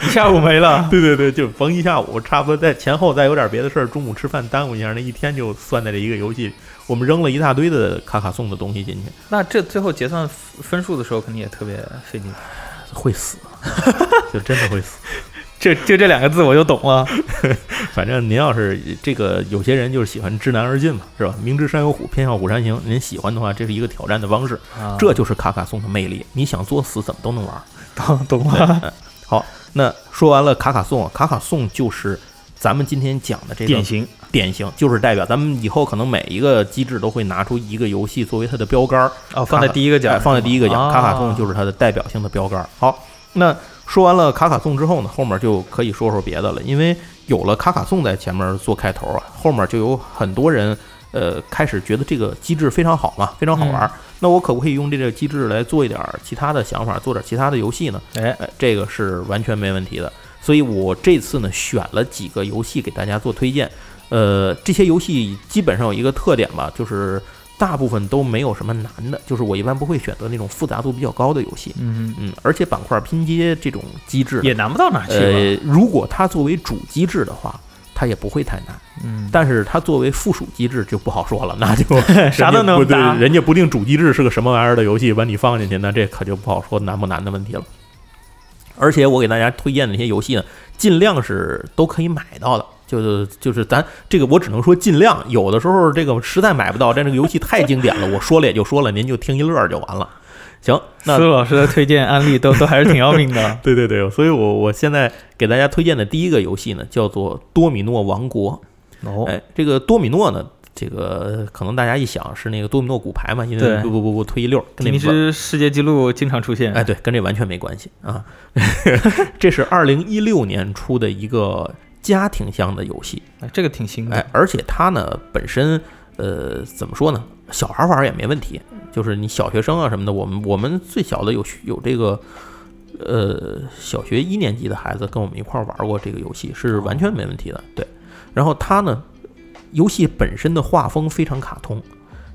A: 一下午没了。
B: 对对对，就甭一下午，差不多在前后再有点别的事儿，中午吃饭耽误一下，那一天就算在这一个游戏里。我们扔了一大堆的卡卡颂的东西进去，
A: 那这最后结算分数的时候，肯定也特别费劲。
B: 会死， 就真的会死。
A: 就就这两个字我就懂了。
B: 反正您要是这个，有些人就是喜欢知难而进嘛，是吧？明知山有虎，偏向虎山行。您喜欢的话，这是一个挑战的方式，
A: 啊
B: 这就是卡卡颂的魅力。你想作死，怎么都能玩。
A: 懂懂了。
B: 好，那说完了卡卡颂，卡卡颂就是咱们今天讲的这个
A: 典型，
B: 典型，就是代表咱们以后可能每一个机制都会拿出一个游戏作为它的标杆儿，
A: 哦，放在第一个啊讲
B: 哎，放在第一个讲，卡卡颂
A: 是
B: 就是它的代表性的标杆儿。好，那说完了卡卡颂之后呢，后面就可以说说别的了，因为有了卡卡颂在前面做开头啊，后面就有很多人呃，开始觉得这个机制非常好嘛，非常好玩儿。那我可不可以用这个机制来做一点儿其他的想法，做点儿其他的游戏呢？
A: 哎，
B: 哎，这个是完全没问题的。所以我这次呢选了几个游戏给大家做推荐。呃，这些游戏基本上有一个特点吧，就是大部分都没有什么难的，就是我一般不会选择那种复杂度比较高的游戏。
A: 嗯，
B: 嗯，而且板块拼接这种机制呢，
A: 也难不到哪去吧。
B: 呃，如果它作为主机制的话，它也不会太难。
A: 嗯，
B: 但是它作为附属机制就不好说了，那就
A: 啥都
B: 人家
A: 能
B: 不对
A: 搭，
B: 人家不定主机制是个什么玩意儿的游戏，把你放进去，那这可就不好说难不难的问题了。而且我给大家推荐的那些游戏呢，尽量是都可以买到的，就是就是咱这个我只能说尽量，有的时候这个实在买不到，但这个游戏太经典了，我说了也就说了，您就听一乐儿就完了。行，那
A: 苏老师的推荐案例都都还是挺要命的
B: 。对对对，所以我我现在给大家推荐的第一个游戏呢，叫做《多米诺王国》。
A: 哦，
B: 哎，这个多米诺呢，这个可能大家一想是那个多米诺骨牌嘛，因为
A: 对
B: 不不不不推一溜儿，跟那
A: 你
B: 完
A: 是世界纪录经常出现。
B: 哎对，跟这完全没关系啊。 这是二零一六年出的一个家庭向的游戏，
A: 哎，这个挺新
B: 哎
A: 的。，
B: 而且它呢本身呃怎么说呢，小孩玩儿也没问题，就是你小学生啊什么的，我们我们最小的有有这个。呃，小学一年级的孩子跟我们一块儿玩过这个游戏，是
A: 哦
B: 完全没问题的。对，然后它呢，游戏本身的画风非常卡通，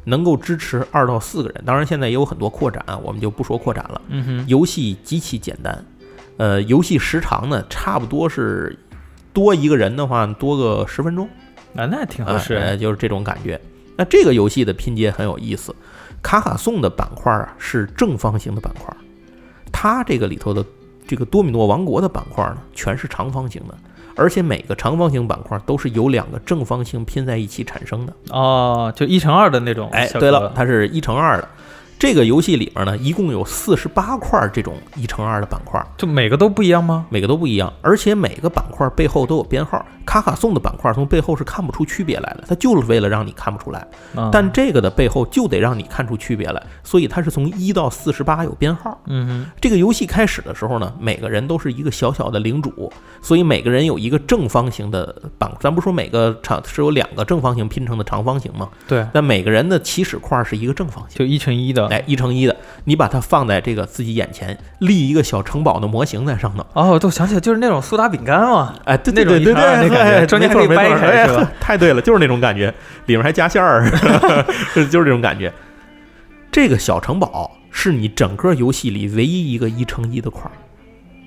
B: 能够支持二到四个人。当然，现在也有很多扩展啊，我们就不说扩展了。
A: 嗯哼，
B: 游戏极其简单，呃，游戏时长呢，差不多是多一个人的话多个十分钟，
A: 那那挺合
B: 啊，
A: 适。
B: 呃就是这种感觉。那这个游戏的拼接很有意思，卡卡颂的板块啊是正方形的板块，它这个里头的这个多米诺王国的板块呢，全是长方形的，而且每个长方形板块都是由两个正方形拼在一起产生的。
A: 哦，就一乘二的那种。
B: 哎，
A: 小
B: 对
A: 格
B: 了，，它是一乘二的。这个游戏里面呢，一共有四十八块这种一乘二的板块，
A: 就每个都不一样吗？
B: 每个都不一样，而且每个板块背后都有编号。卡卡颂的板块从背后是看不出区别来的，它就是为了让你看不出来。
A: 嗯
B: 但这个的背后就得让你看出区别来，所以它是从一到四十八有编号。
A: 嗯
B: 这个游戏开始的时候呢，每个人都是一个小小的领主，所以每个人有一个正方形的板。咱不说每个长是有两个正方形拼成的长方形吗？
A: 哼，对，
B: 但每个人的起始块是一个正方形。
A: 就一乘一的。
B: 哎，一乘一的，你把它放在这个自己眼前，立一个小城堡的模型在上头，
A: 哦，对，我想起来就是那种苏打饼干嘛。
B: 哎，对
A: 那种
B: 对对
A: 一
B: 对对，
A: 盘儿那感觉
B: 哎
A: 中间
B: 没
A: 还
B: 错
A: 可以
B: 没
A: 掰
B: 错
A: 开
B: 哎
A: 是吧
B: 太对了，就是那种感觉，里面还夹馅儿， 就是这种感觉。这个小城堡是你整个游戏里唯一一个一乘一的块儿，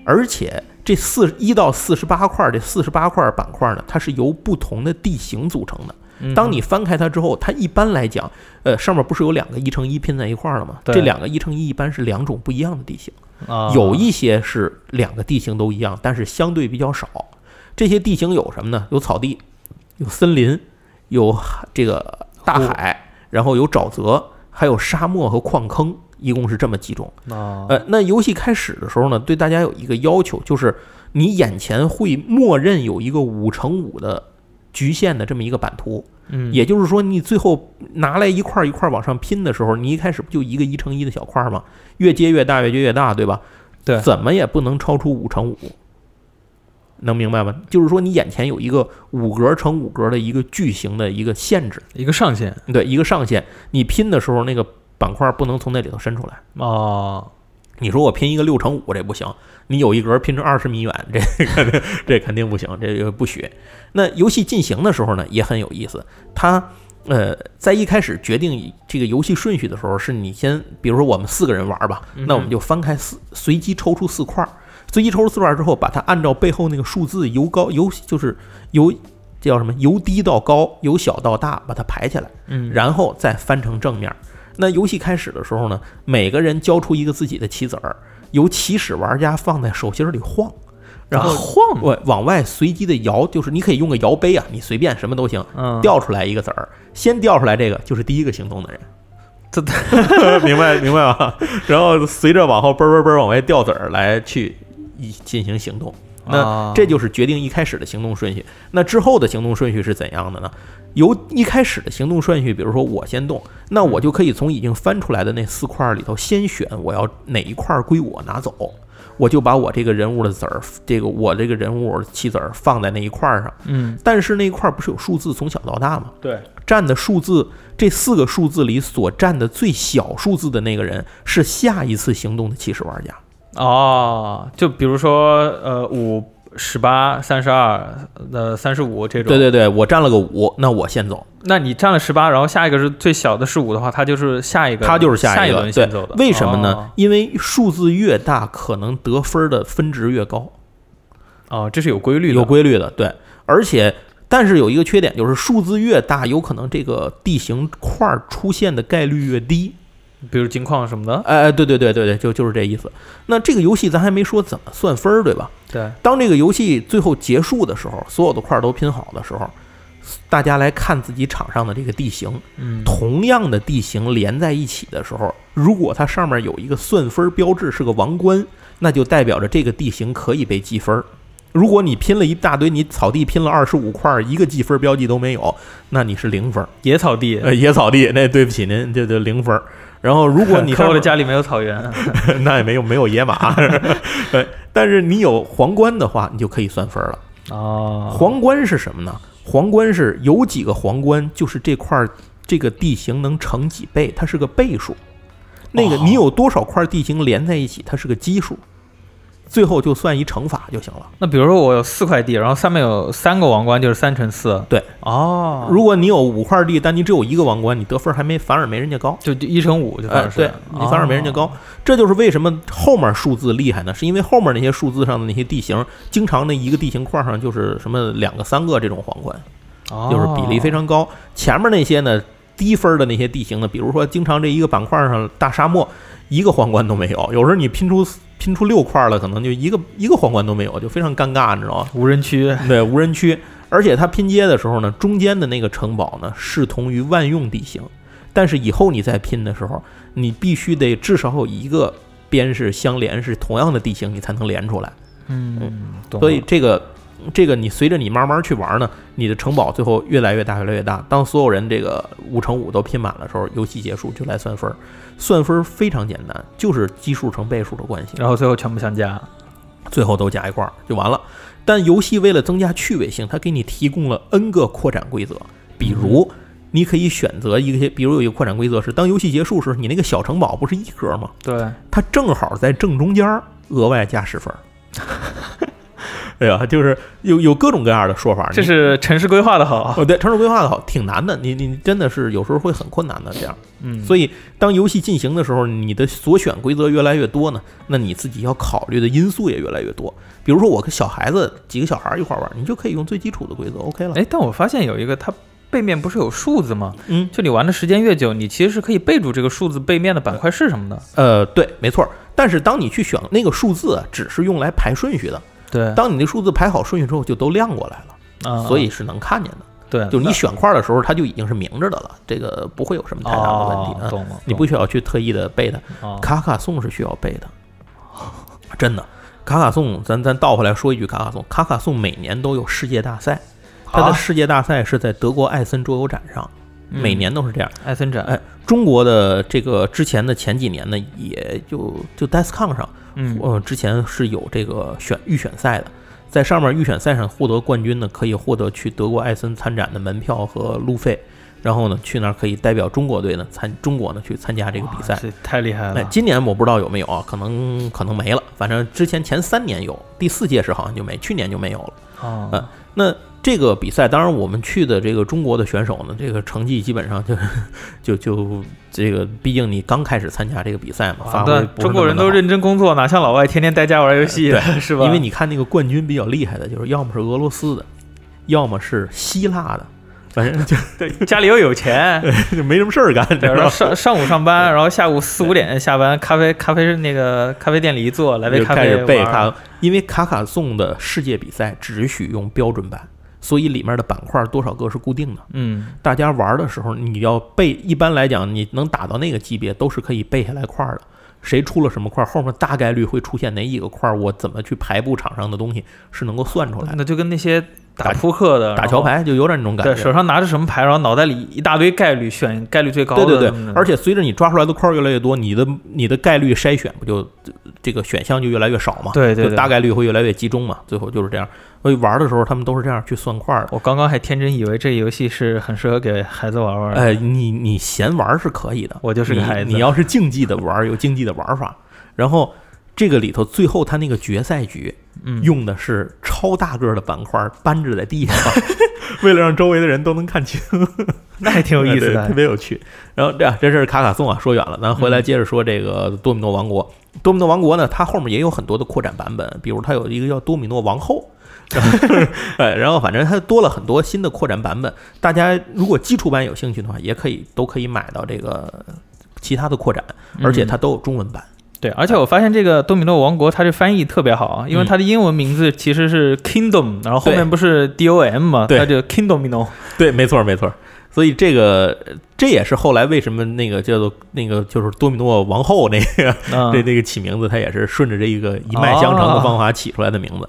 B: 而且这四一到四十八块儿，这四十八块儿板块儿呢，它是由不同的地形组成的。
A: 嗯
B: 当你翻开它之后，它一般来讲，呃，上面不是有两个一乘一拼在一块儿了吗？
A: 对
B: 这两个一乘一一般是两种不一样的地形。
A: 啊
B: 有一些是两个地形都一样，但是相对比较少。这些地形有什么呢？有草地，有森林，有海这个大
A: 湖
B: 海，然后有沼泽，还有沙漠和矿坑，一共是这么几种。
A: 哦
B: 呃，那游戏开始的时候呢，对大家有一个要求，就是你眼前会默认有一个五乘五的局限的这么一个版图，
A: 嗯
B: 也就是说，你最后拿来一块儿一块儿往上拼的时候，你一开始不就一个一乘一的小块儿吗？越接越大，越接越大，对吧？
A: 对
B: 怎么也不能超出五乘五，能明白吗？就是说，你眼前有一个五格乘五格的一个矩形的一个限制，
A: 一个上限
B: 对，一个上限。你拼的时候，那个板块不能从那里头伸出来。
A: 哦，
B: 你说我拼一个六乘五，这不行。你有一格拼成二十米远，这这肯定不行，这个不许。那游戏进行的时候呢，也很有意思。它呃，在一开始决定这个游戏顺序的时候，是你先，比如说我们四个人玩吧，
A: 嗯哼
B: 那我们就翻开四，随机抽出四块儿，随机抽出四块儿之后，把它按照背后那个数字由高由就是由叫什么由低到高，由小到大，把它排起来。
A: 嗯，
B: 然后再翻成正面儿。那游戏开始的时候呢，每个人交出一个自己的棋子儿，由起始玩家放在手心儿里晃，然
A: 啊
B: 后
A: 晃，
B: 往往外随机的摇，就是你可以用个摇杯啊，你随便什么都行，
A: 嗯，
B: 掉出来一个子儿，先掉出来这个就是第一个行动的人。
A: 这
B: 明白明白吧？然后随着往后嘣嘣嘣往外掉子儿来去一进行行动。那
A: 啊
B: 这就是决定一开始的行动顺序。那之后的行动顺序是怎样的呢？由一开始的行动顺序，比如说我先动，那我就可以从已经翻出来的那四块儿里头先选我要哪一块儿归我拿走，我就把我这个人物的子儿，这个我这个人物棋子儿放在那一块儿上。
A: 嗯
B: 但是那一块儿不是有数字从小到大吗？
A: 对，
B: 占的数字这四个数字里所占的最小数字的那个人是下一次行动的起始玩家。
A: 哦，就比如说呃五、十八、三十二、呃三十五这种。
B: 对。对对，我占了个五，那我先走。
A: 那你占了十八，然后下一个是最小的是五的话，他就是下一个，
B: 他就是
A: 下
B: 下一个
A: 轮先走的。
B: 对为什么
A: 哦
B: 呢？？因为数字越大，可能得分的分值越高，
A: 哦，这是有规律的。
B: 有规律的。对，而且但是有一个缺点，就是数字越大，有可能这个地形块儿出现的概率越低。
A: 比如金矿什么的。
B: 哎，对对对对对，就就是这意思。那这个游戏咱还没说怎么算分儿，对吧？
A: 对。
B: 当这个游戏最后结束的时候，所有的块儿都拼好的时候，大家来看自己场上的这个地形，
A: 嗯。
B: 同样的地形连在一起的时候，如果它上面有一个算分标志是个王冠，那就代表着这个地形可以被记分儿。如果你拼了一大堆，你草地拼了二十五块儿，一个记分标记都没有，那你是零分儿。
A: 野草地。
B: 呃， 野草地，那对不起您，这就零分儿。然后如 果你
A: 可
B: 上
A: 我的
B: 面
A: 家里没有草 原。
B: 那也没有没有野马， 对，但是你有皇冠的话，你就可以算分了。
A: 哦。
B: 皇冠是什么呢？皇冠是有几个皇冠，就是这块儿这个地形能乘几倍，它是个倍数。那个
A: 哦
B: 你有多少块地形连在一起，它是个基数，最后就算一乘法就行了。
A: 那比如说我有四块地，然后上面有三个王冠，就是三乘四。
B: 对。
A: 哦。
B: 如果你有五块地，但你只有一个王冠，你得分还没反而没人家高。
A: 就就一乘五，就反
B: 哎，
A: 正是、
B: 对你反而没人家
A: 哦
B: 高，这就是为什么后面数字厉害呢？是因为后面那些数字上的那些地形，经常那一个地形块上就是什么两个、三个这种皇冠，
A: 哦
B: 就是比例非常高。前面那些呢，低分的那些地形呢，比如说经常这一个板块上大沙漠，一个皇冠都没有，有时候你拼出拼出六块了，可能就一个一个皇冠都没有，就非常尴尬，你知道吗？
A: 无人区。
B: 对，无人区。而且它拼接的时候呢，中间的那个城堡呢，视同于万用地形。但是以后你再拼的时候，你必须得至少有一个边是相连，是同样的地形，你才能连出来。
A: 嗯，懂了
B: 所以这个这个你随着你慢慢去玩呢，你的城堡最后越来越大，越来越大。当所有人这个五乘五都拼满的时候，游戏结束就来算分儿。算分儿非常简单，就是基数乘倍数的关系。
A: 然后最后全部相加。
B: 最后都加一块儿就完了。但游戏为了增加趣味性，它给你提供了 N 个扩展规则，比如
A: 嗯
B: 你可以选择一些，比如有一个扩展规则是，当游戏结束时，你那个小城堡不是一格吗？
A: 对，
B: 它正好在正中间儿，额外加十分儿。 哎呀，就是有有各种各样的说法，
A: 这
B: 你
A: 是城市规划的好。
B: 哦，对，城市规划的好，挺难的，你你真的是有时候会很困难的这样。
A: 嗯，
B: 所以，当游戏进行的时候，你的所选规则越来越多呢，那你自己要考虑的因素也越来越多。比如说，我跟小孩子几个小孩儿一块儿玩，你就可以用最基础的规则，OK 了。
A: 哎，但我发现有一个，它背面不是有数字吗？
B: 嗯，
A: 就你玩的时间越久，你其实是可以备注这个数字背面的板块是什么的。
B: 呃，对，没错儿。但是当你去选那个数字啊，只是用来排顺序的。
A: 对，
B: 当你的数字排好顺序之后，就都亮过来了，
A: 啊
B: 所以是能看见的。
A: 对，
B: 就你选块儿的时候，它就已经是明着的了，这个不会有什么太大的问题
A: 哦
B: 啊。
A: 懂哦了，
B: 你不需要去特意的背它。
A: 懂了
B: 卡卡颂是需要背的，真的。卡卡颂，咱咱倒回来说一句卡卡颂。卡卡颂每年都有世界大赛，它的
A: 啊
B: 世界大赛是在德国艾森桌游展上，
A: 嗯
B: 每年都是这样。
A: 艾森展，
B: 哎，中国的这个之前的前几年呢，也就就 Descon 上，
A: 嗯，
B: 呃，之前是有这个选预选赛的，在上面预选赛上获得冠军呢，可以获得去德国艾森参展的门票和路费，然后呢，去那儿可以代表中国队呢参中国呢去参加这个比赛
A: 哇。这太厉害
B: 哎，
A: 了。
B: 今年我不知道有没有啊，可能可能没了。反正之前前三年有，第四届是好像就没，去年就没有了。
A: 哦
B: 哎，那这个比赛，当然我们去的这个中国的选手呢，这个成绩基本上就就 就这个，毕竟你刚开始参加这个比赛嘛，发
A: 完
B: 挥
A: 蛋，
B: 不是那么
A: 啊中国人都
B: 的好
A: 认真工作，哪像老外天天待家玩游戏
B: 对
A: 是吧？
B: 因为你看那个冠军比较厉害的，就是要么是俄罗斯的，要么是希腊的，反正就
A: 对家里又有钱，
B: 就没什么事儿干，你知
A: 对，
B: 道
A: 然后
B: 吗？
A: 上上午上班，然后下午四五点下班，咖啡咖啡那个咖啡店里一坐，来杯
B: 就
A: 咖
B: 开
A: 啡
B: 始背
A: 玩儿
B: 卡，因为卡卡颂的世界比赛只许用标准版，所以里面的板块多少个是固定的。
A: 嗯，
B: 大家玩的时候，你要背，一般来讲，你能打到那个级别，都是可以背下来块儿的。谁出了什么块儿，后面大概率会出现哪几个块儿，我怎么去排布场上的东西是能够算出来的。
A: 那就跟那些打扑克的，
B: 打桥牌，就有点那种感
A: 对，
B: 觉。
A: 手上拿着什么牌，然后脑袋里一大堆概率，选概率最高的嗯
B: 对
A: 那么
B: 对
A: 的。
B: 对，而且随着你抓出来的块儿越来越多，你的你的概率筛选不就这个选项就越来越少嘛？
A: 对对
B: 就
A: 对
B: 大概率会越来越集中嘛。最后就是这样，所以玩的时候他们都是这样去算块儿的。
A: 我刚刚还天真以为这游戏是很适合给孩子玩玩的。
B: 哎，你你闲玩是可以的，
A: 我就是个孩子
B: 你。你要是竞技的玩儿，有竞技的玩法。然后这个里头最后他那个决赛局
A: 嗯，
B: 用的是超大个儿的板块搬着在地上， 为了让周围的人都能看清，
A: 那还挺有意思
B: 对特
A: 的。
B: 别有趣。然后这样这事儿卡卡颂啊，说远了，咱回来接着说这个多米诺王国。多米诺王国呢，它后面也有很多的扩展版本，比如它有一个叫多米诺王后。 哎，然后反正它多了很多新的扩展版本，大家如果基础版有兴趣的话，也可以都可以买到这个其他的扩展，而且它都有中文版。
A: 嗯对，而且我发现这个《多米诺王国》它这翻译特别好啊，因
B: 嗯
A: 为它的英文名字其实是 Kingdom，然后后面不是 D O M 嘛，
B: 对
A: 它就 Kingdomino。
B: 对，没错没错。所以这个这也是后来为什么那个叫做那个就是多米诺王后那个
A: 嗯。
B: 这，这个起名字，它也是顺着这一个一脉相承的方法起出来的名字。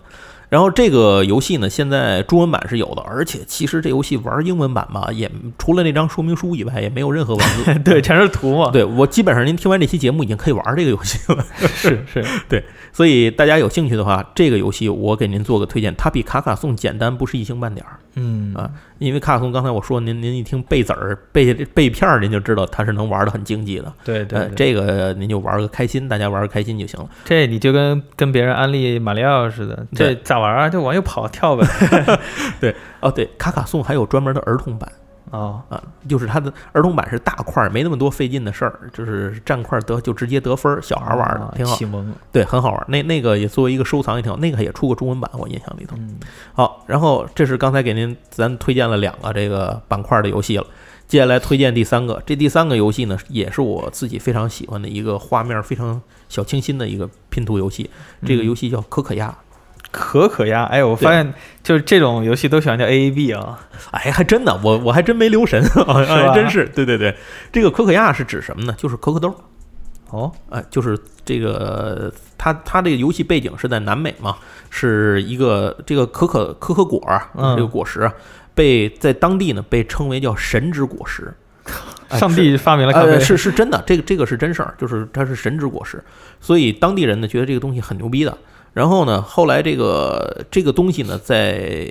B: 然后这个游戏呢，现在中文版是有的，而且其实这游戏玩英文版吧，也除了那张说明书以外，也没有任何文 字
A: 嗯对，全是图嘛。
B: 对我基本上您听完这期节目已经可以玩这个游戏了，
A: 是是，
B: 所以大家有兴趣的话，这个游戏我给您做个推荐，它比卡卡颂简单不是一星半点儿。
A: 嗯
B: 啊因为卡卡颂刚才我说您您一听背子儿背背片儿，您就知道它是能玩的很竞技的。
A: 对对
B: 呃，，
A: 对
B: 这个您就玩个开心，大家玩个开心就行了。
A: 这你就跟跟别人安利马里奥似的，这
B: 对
A: 咋玩啊？就往右跑跳 呗。
B: 哦，对，卡卡颂还有专门的儿童版。
A: 哦，
B: 啊，就是它的儿童版是大块儿，没那么多费劲的事儿，就是占块儿得就直接得分儿，小孩儿玩儿的
A: 啊
B: 挺好
A: 启，蒙。
B: 对，很好玩儿。那那个也作为一个收藏也挺好，那个也出过中文版，我印象里头。
A: 嗯，
B: 好，然后这是刚才给您咱推荐了两个这个板块儿的游戏了，接下来推荐第三个，这第三个游戏呢也是我自己非常喜欢的一个画面非常小清新的一个拼图游戏，这
A: 嗯
B: 个游戏叫可可鸭，
A: 可可鸭，哎，我发现就是这种游戏都喜欢叫 A A B 啊。
B: 哎，还真的，我我还真没留神，
A: 吧
B: 还真是，对对对，这个可可鸭是指什么呢？就是可可豆。
A: 哦，
B: 呃，就是这个，它它这个游戏背景是在南美嘛，是一个这个可可可可果儿，
A: 嗯
B: 这个果实啊被在当地呢被称为叫神之果实，哎
A: 上帝发明了咖啡
B: 呃，是是真的，这个这个是真事儿，就是它是神之果实，所以当地人呢觉得这个东西很牛逼的。然后呢，后来这个这个东西呢，在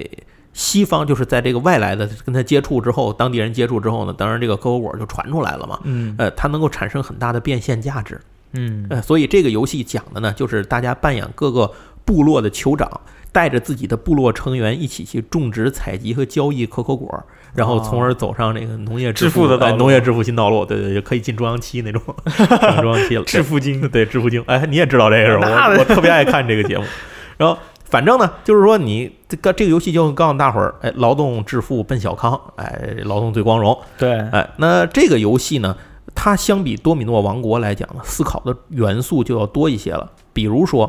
B: 西方就是在这个外来的跟他接触之后，当地人接触之后呢，当然这个可可果就传出来了嘛，
A: 嗯
B: 呃，它能够产生很大的变现价值。
A: 嗯
B: 呃，所以这个游戏讲的呢，就是大家扮演各个部落的酋长，带着自己的部落成员一起去种植、采集和交易可可果儿，然后从而走上这个农业
A: 哦致富的道
B: 哎
A: 路
B: 农业致富新道路。对对，对，可以进中央七 那种，进中央七了。
A: 致富经
B: 对对，致富经。哎，你也知道这个是吧？
A: 那
B: 我我特别爱看这个节目。然后。反正呢，就是说你这个这个游戏就告诉大伙儿，哎，劳动致富奔小康，哎，劳动最光荣。
A: 对，
B: 哎，那这个游戏呢，它相比多米诺王国来讲呢，思考的元素就要多一些了。比如说，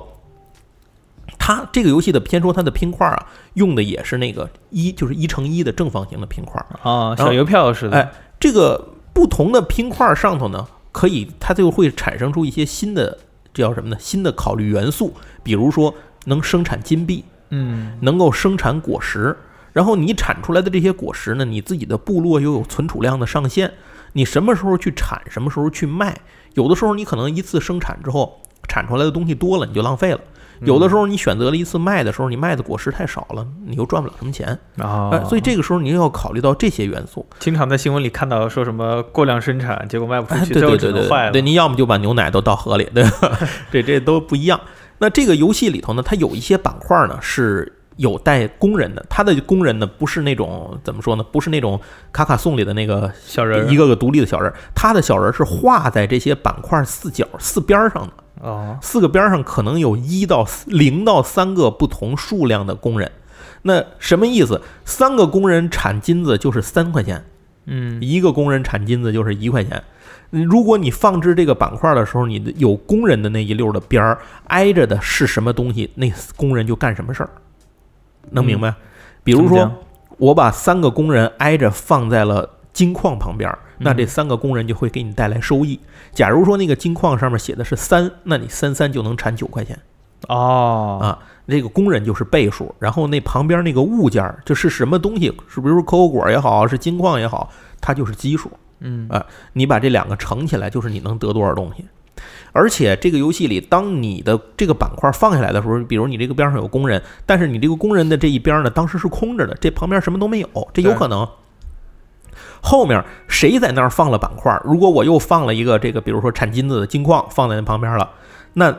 B: 它这个游戏的先说它的拼块啊，用的也是那个一就是一乘一的正方形的拼块。
A: 哦，
B: 然后
A: 小邮票似的。
B: 哎，这个不同的拼块上头呢，可以它就会产生出一些新的，这叫什么呢？新的考虑元素，比如说能生产金币，
A: 嗯
B: 能够生产果实，然后你产出来的这些果实呢，你自己的部落又有存储量的上限，你什么时候去产，什么时候去卖，有的时候你可能一次生产之后产出来的东西多了，你就浪费了。
A: 嗯
B: 有的时候你选择了一次卖的时候，你卖的果实太少了，你又赚不了什么钱，
A: 啊
B: 哎，所以这个时候你又要考虑到这些元素。
A: 经常在新闻里看到说什么过量生产，结果卖不
B: 哎
A: 出去，
B: 对
A: 最后
B: 对
A: 只
B: 对
A: 能
B: 对
A: 坏了。
B: 对，你要么就把牛奶都倒河里，对吧？ 这这都不一样。那这个游戏里头呢，它有一些板块呢是有带工人的，它的工人呢不是那种怎么说呢，不是那种卡卡颂里的那个
A: 小人儿
B: 一个个独立的小人儿，它的小人儿是画在这些板块四角四边儿上的，
A: 哦，
B: 四个边儿上可能有一到四零到三个不同数量的工人。那什么意思？三个工人产金子就是三块钱。
A: 嗯
B: 一个工人产金子就是一块钱。如果你放置这个板块的时候，你的有工人的那一溜儿的边儿挨着的是什么东西，那工人就干什么事儿，能明白？比如
A: 嗯怎么
B: 说
A: 讲，
B: 我把三个工人挨着放在了金矿旁边儿，那
A: 嗯
B: 这三个工人就会给你带来收益。假如说那个金矿上面写的是三，那你三三就能产九块钱。
A: 哦
B: 啊这个工人就是倍数，然后那旁边那个物件儿，这是什么东西？是比如说可口果也好，是金矿也好，它就是基数。
A: 嗯
B: 你把这两个乘起来，就是你能得多少东西。而且这个游戏里，当你的这个板块放下来的时候，比如你这个边上有工人，但是你这个工人的这一边呢，当时是空着的，这旁边什么都没有，这有可能。后面谁在那儿放了板块？如果我又放了一个这个，比如说产金子的金矿放在那旁边了，那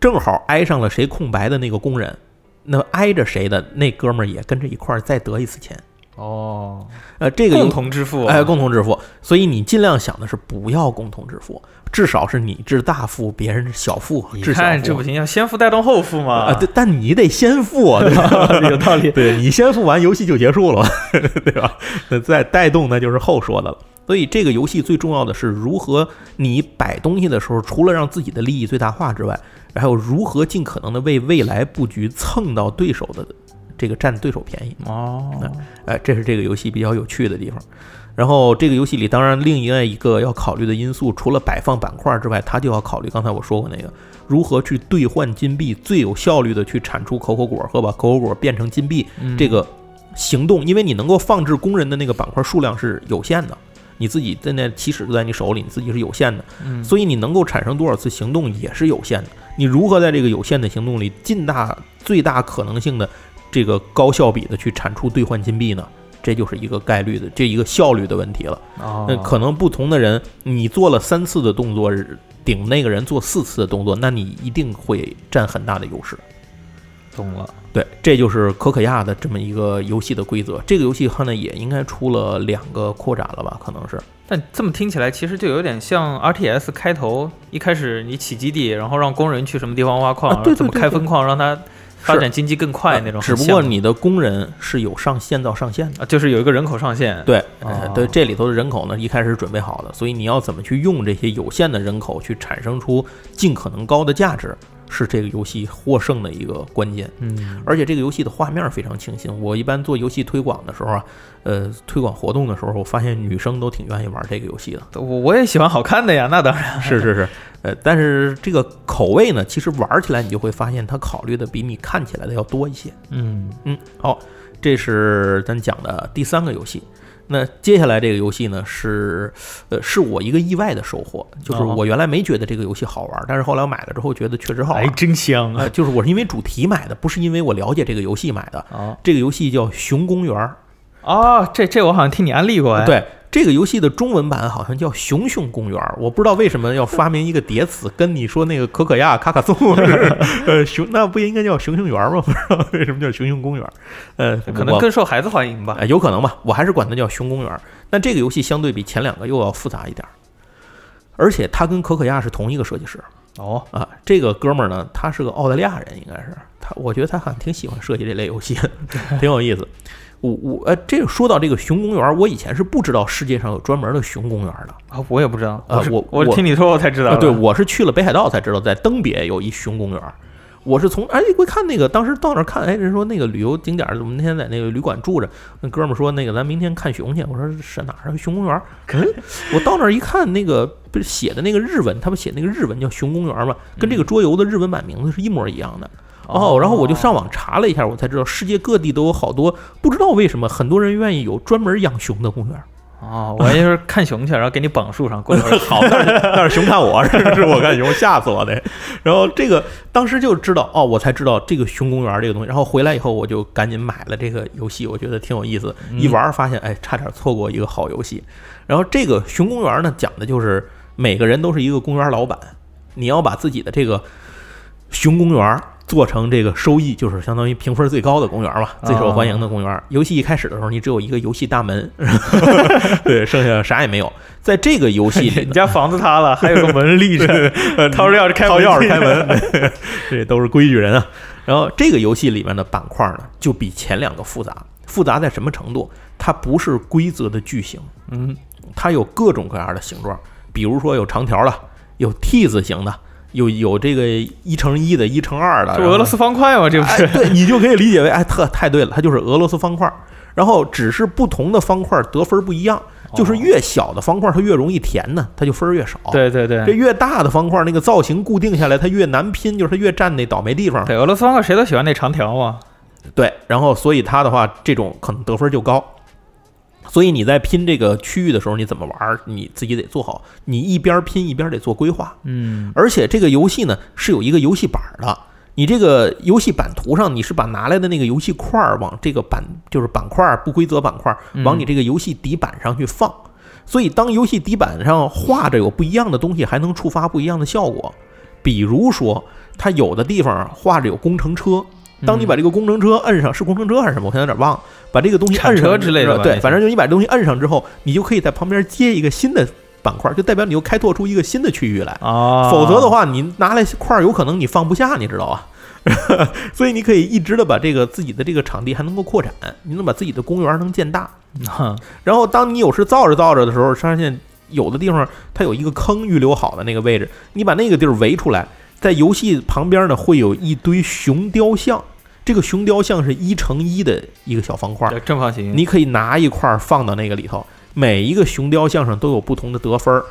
B: 正好挨上了谁空白的那个工人，那挨着谁的那哥们儿也跟着一块儿再得一次钱。
A: 哦，
B: 呃，这个游
A: 共同支付，啊
B: 哎，共同致富。所以你尽量想的是不要共同致富，至少是你致大富，别人小富，
A: 你
B: 致小
A: 看这
B: 富
A: 不。行，要先富带动后富嘛。
B: 啊啊，对，但你得先付啊，对吧？
A: 有道理
B: 对你先付完，游戏就结束了， 对吧？那再带动那就是后说的了。所以这个游戏最重要的是如何你摆东西的时候，除了让自己的利益最大化之外，还有如何尽可能的为未来布局蹭到对手的这个占对手便宜。
A: 哦，
B: 哎，这是这个游戏比较有趣的地方。然后这个游戏里，当然另外一个要考虑的因素，除了摆放板块之外，它就要考虑刚才我说过那个，如何去兑换金币，最有效率的去产出可口果和把可口果变成金币
A: 嗯
B: 这个行动，因为你能够放置工人的那个板块数量是有限的，你自己在那起始就在你手里，你自己是有限的，
A: 嗯
B: 所以你能够产生多少次行动也是有限的。你如何在这个有限的行动里，尽大最大可能性的这个高效比的去产出兑换金币呢？这就是一个概率的，这一个效率的问题了。
A: 哦
B: 那可能不同的人，你做了三次的动作，顶那个人做四次的动作，那你一定会占很大的优势。
A: 懂了。
B: 对，这就是可可亚的这么一个游戏的规则。这个游戏看呢也应该出了两个扩展了吧？可能是。
A: 但这么听起来，其实就有点像 R T S 开头一开始你起基地，然后让工人去什么地方挖矿，
B: 啊对对
A: 然后怎么
B: 对
A: 开
B: 对
A: 分矿，让它发展经济更快那种。
B: 啊只不
A: 很像
B: 过你的工人是有上限到上限的。
A: 啊，就是有一个人口上限。
B: 对，
A: 哦
B: 呃对，这里头的人口呢，一开始是准备好的，所以你要怎么去用这些有限的人口去产生出尽可能高的价值，是这个游戏获胜的一个关键。
A: 嗯，
B: 而且这个游戏的画面非常清新。我一般做游戏推广的时候啊，呃，推广活动的时候，我发现女生都挺愿意玩这个游戏的。
A: 我我也喜欢好看的呀，那当然。
B: 是是是，呃，但是这个口味呢，其实玩起来你就会发现，它考虑的比你看起来的要多一些。
A: 嗯
B: 嗯，好，这是咱讲的第三个游戏。那接下来这个游戏呢，是呃，是我一个意外的收获，就是
A: 哦
B: 我原来没觉得这个游戏好玩，但是后来我买了之后觉得确实好玩。
A: 真香
B: 呃，！就是我是因为主题买的，不是因为我了解这个游戏买的。
A: 啊
B: 这个游戏叫《熊公园》儿
A: 哦，这这我好像听你安利过哎。，
B: 对，这个游戏的中文版好像叫《熊熊公园》儿，我不知道为什么要发明一个叠词，跟你说那个可可亚、卡卡颂是，呃，熊那不应该叫熊熊园儿吗？ 不知道为什么叫熊熊公园儿，呃，
A: 可
B: 我
A: 能更受孩子欢迎吧。
B: 呃，有可能吧，我还是管它叫熊公园儿。但这个游戏相对比前两个又要复杂一点儿，而且它跟可可亚是同一个设计师
A: 哦，
B: 啊。这个哥们儿呢，他是个澳大利亚人，应该是他，我觉得他好像挺喜欢设计这类游戏 的，挺有意思。我我呃，这个说到这个熊公园儿，我以前是不知道世界上有专门的熊公园儿的。
A: 啊，我也不知道，
B: 呃
A: 我是
B: 我
A: 我
B: 我
A: 听你说我才知道
B: 啊，
A: 的。
B: 对，我是去了北海道才知道，在登别有一熊公园儿。我是从哎，我看那个当时到那儿看，哎，人说那个旅游景点儿，我们那天在那个旅馆住着，那哥们儿说那个咱明天看熊去，我说是哪儿啊？熊公园儿？嗯，我到那儿一看，那个不是写的那个日文，他们写那个日文叫熊公园儿嘛，跟这个桌游的日文版名字是一模一样的。哦，然后我就上网查了一下，我才知道世界各地都有好多，不知道为什么很多人愿意有专门养熊的公园儿。
A: 哦，我就是看熊去，然后给你绑树上，过一会儿
B: 好，但是 但是熊看我，是是我看熊，吓死我的。然后这个当时就知道哦，我才知道这个熊公园这个东西。然后回来以后，我就赶紧买了这个游戏，我觉得挺有意思。一玩儿发现，哎，差点错过一个好游戏。然后这个熊公园呢，讲的就是每个人都是一个公园老板，你要把自己的这个熊公园儿做成这个收益，就是相当于评分最高的公园儿嘛，最受欢迎的公园儿。游戏一开始的时候，你只有一个游戏大门， 对，剩下啥也没有。在这个游戏里
A: 你，家房子塌了，还有个门立着，掏着钥匙开
B: 呃掏
A: 门，
B: 钥匙开。 门，这都是规矩人啊。然后这个游戏里面的板块呢，就比前两个复杂。复杂在什么程度？它不是规则的矩形，
A: 嗯，
B: 它有各种各样的形状，比如说有长条的，有 T 字形的，有有这个一乘一的，一乘二的，
A: 这俄罗斯方块嘛，这不
B: 哎，
A: 是？
B: 对你就可以理解为，哎，特太对了，它就是俄罗斯方块儿。然后只是不同的方块儿得分儿不一样，就是越小的方块它越容易填呢，它就分儿越少。，
A: 哦对对
B: 这
A: 对。
B: 越大的方块那个造型固定下来，它越难拼，就是它越占那倒霉地方。
A: 对，俄罗斯方块谁都喜欢那长条啊嘛。
B: 对，然后所以它的话，这种可能得分就高。所以你在拼这个区域的时候，你怎么玩儿，你自己得做好。你一边拼一边得做规划，
A: 嗯，
B: 而且这个游戏呢是有一个游戏板儿的。你这个游戏版图上，你是把拿来的那个游戏块儿往这个板，就是板块儿不规则板块儿，
A: 嗯
B: 往你这个游戏底板上去放。所以，当游戏底板上画着有不一样的东西，还能触发不一样的效果。比如说，它有的地方画着有工程车，
A: 嗯
B: 当你把这个工程车摁上，是工程车还是什么？我现在有点忘了。把这个东西摁
A: 铲车
B: 上
A: 之类的吧
B: 对
A: 那，是
B: 反正就是你把这东西摁上之后，你就可以在旁边接一个新的板块，就代表你又开拓出一个新的区域来。
A: 啊，
B: 否则的
A: 话，
B: 话，你拿来块儿有可能你放不下，你知道吧？ 所以你可以一直的把这个自己的这个场地还能够扩展，你能把自己的公园能建大。然后当你有时造着造着的时候，发现有的地方它有一个坑预留好的那个位置，你把那个地儿围出来，在游戏旁边呢会有一堆熊雕像，这个熊雕像是一乘一的一个小方块，
A: 对正方形，
B: 你可以拿一块儿放到那个里头，每一个熊雕像上都有不同的得分儿，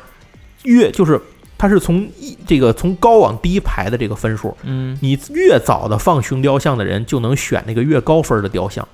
B: 越就是它是从一这个从高往低排的这个分数，
A: 嗯，
B: 你越早的放熊雕像的人就能选那个越高分的雕像。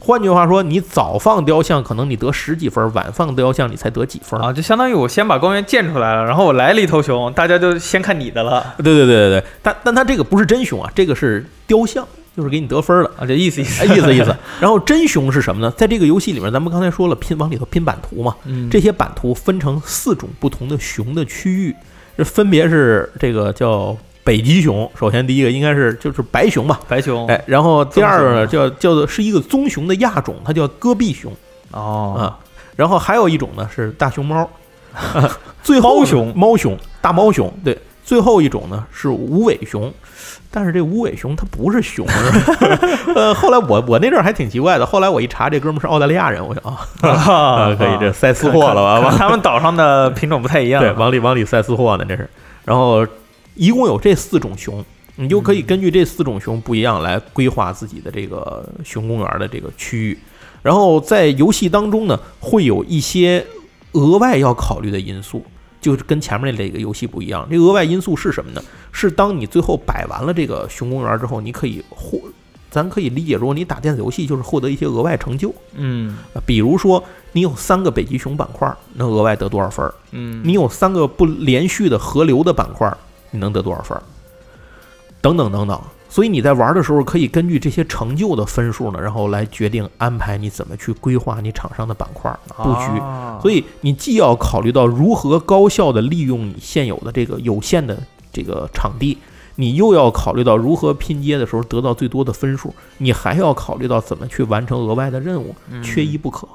B: 换句话说，你早放雕像，可能你得十几分儿；晚放雕像，你才得几分儿。
A: 啊，就相当于我先把公园建出来了，然后我来了一头熊，大家就先看你的了
B: 对对对对对，但但它这个不是真熊啊，这个是雕像，就是给你得分 儿了。
A: 啊，这意思意思
B: 哎意思 意思，然后真熊是什么呢？在这个游戏里面，咱们刚才说了，拼往里头拼版图嘛，
A: 嗯
B: 这些版图分成四种不同的熊的区域，这分别是这个叫北极熊，首先第一个应该是就是白熊吧，
A: 白熊，
B: 哎，然后第二个呢
A: 棕
B: 叫叫做是一个棕熊的亚种，它叫戈壁熊
A: 哦，
B: 啊，然后还有一种呢是大熊猫， 啊最后
A: 猫熊
B: 猫熊嗯大猫熊对。最后一种呢是无尾熊，但是这无尾熊它不是 熊，是吧呃，后来我我那阵儿还挺奇怪的，后来我一查这哥们儿是澳大利亚人，我想啊，
A: 啊
B: 啊可以这塞私货了吧，
A: 看看他们岛上的品种不太一样，
B: 对，往里往里塞私货呢，这是。然后一共有这四种熊，你就可
A: 嗯
B: 以根据这四种熊不一样来规划自己的这个熊公园的这个区域。然后在游戏当中呢，会有一些额外要考虑的因素，就是跟前面那几个游戏不一样。这个额外因素是什么呢？是当你最后摆完了这个熊公园之后，你可以获，咱可以理解，如果你打电子游戏，就是获得一些额外成就。
A: 嗯
B: 呃比如说，你有三个北极熊板块，能额外得多少分儿？
A: 嗯，
B: 你有三个不连续的河流的板块，你能得多少分儿？等等等等。所以你在玩的时候，可以根据这些成就的分数呢，然后来决定安排你怎么去规划你场上的板块布局。
A: 啊
B: 所以你既要考虑到如何高效的利用你现有的这个有限的这个场地，你又要考虑到如何拼接的时候得到最多的分数，你还要考虑到怎么去完成额外的任务。
A: 嗯
B: 缺一不可。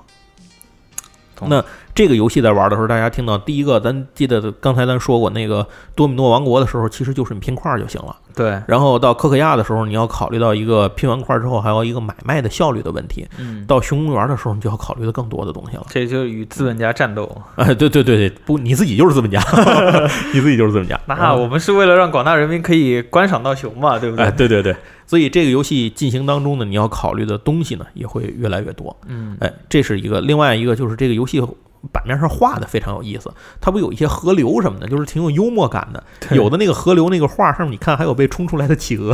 A: 懂
B: 那这个游戏在玩的时候，大家听到第一个，咱记得刚才咱说过那个多米诺王国的时候，其实就是你拼块儿就行了。
A: 对，
B: 然后到科克亚的时候，你要考虑到一个拼完块儿之后，还有一个买卖的效率的问题。
A: 嗯，
B: 到熊公园的时候，你就要考虑的更多的东 西了。
A: 这就是与资本家战 斗。
B: 哎，对对对对，不，你自己就是资本家，你自己就是资本家。
A: 那我们是为了让广大人民可以观赏到熊嘛，对不
B: 哎，
A: 对？
B: 对对对，所以这个游戏进行当中呢，你要考虑的东西呢也会越来越多。
A: 嗯，
B: 哎，这是一个，另外一个就是这个游戏版面上画的非常有意思，它不有一些河流什么的，就是挺有幽默感的。
A: 对
B: 有的那个河流那个画上面，你看还有被冲出来的企鹅，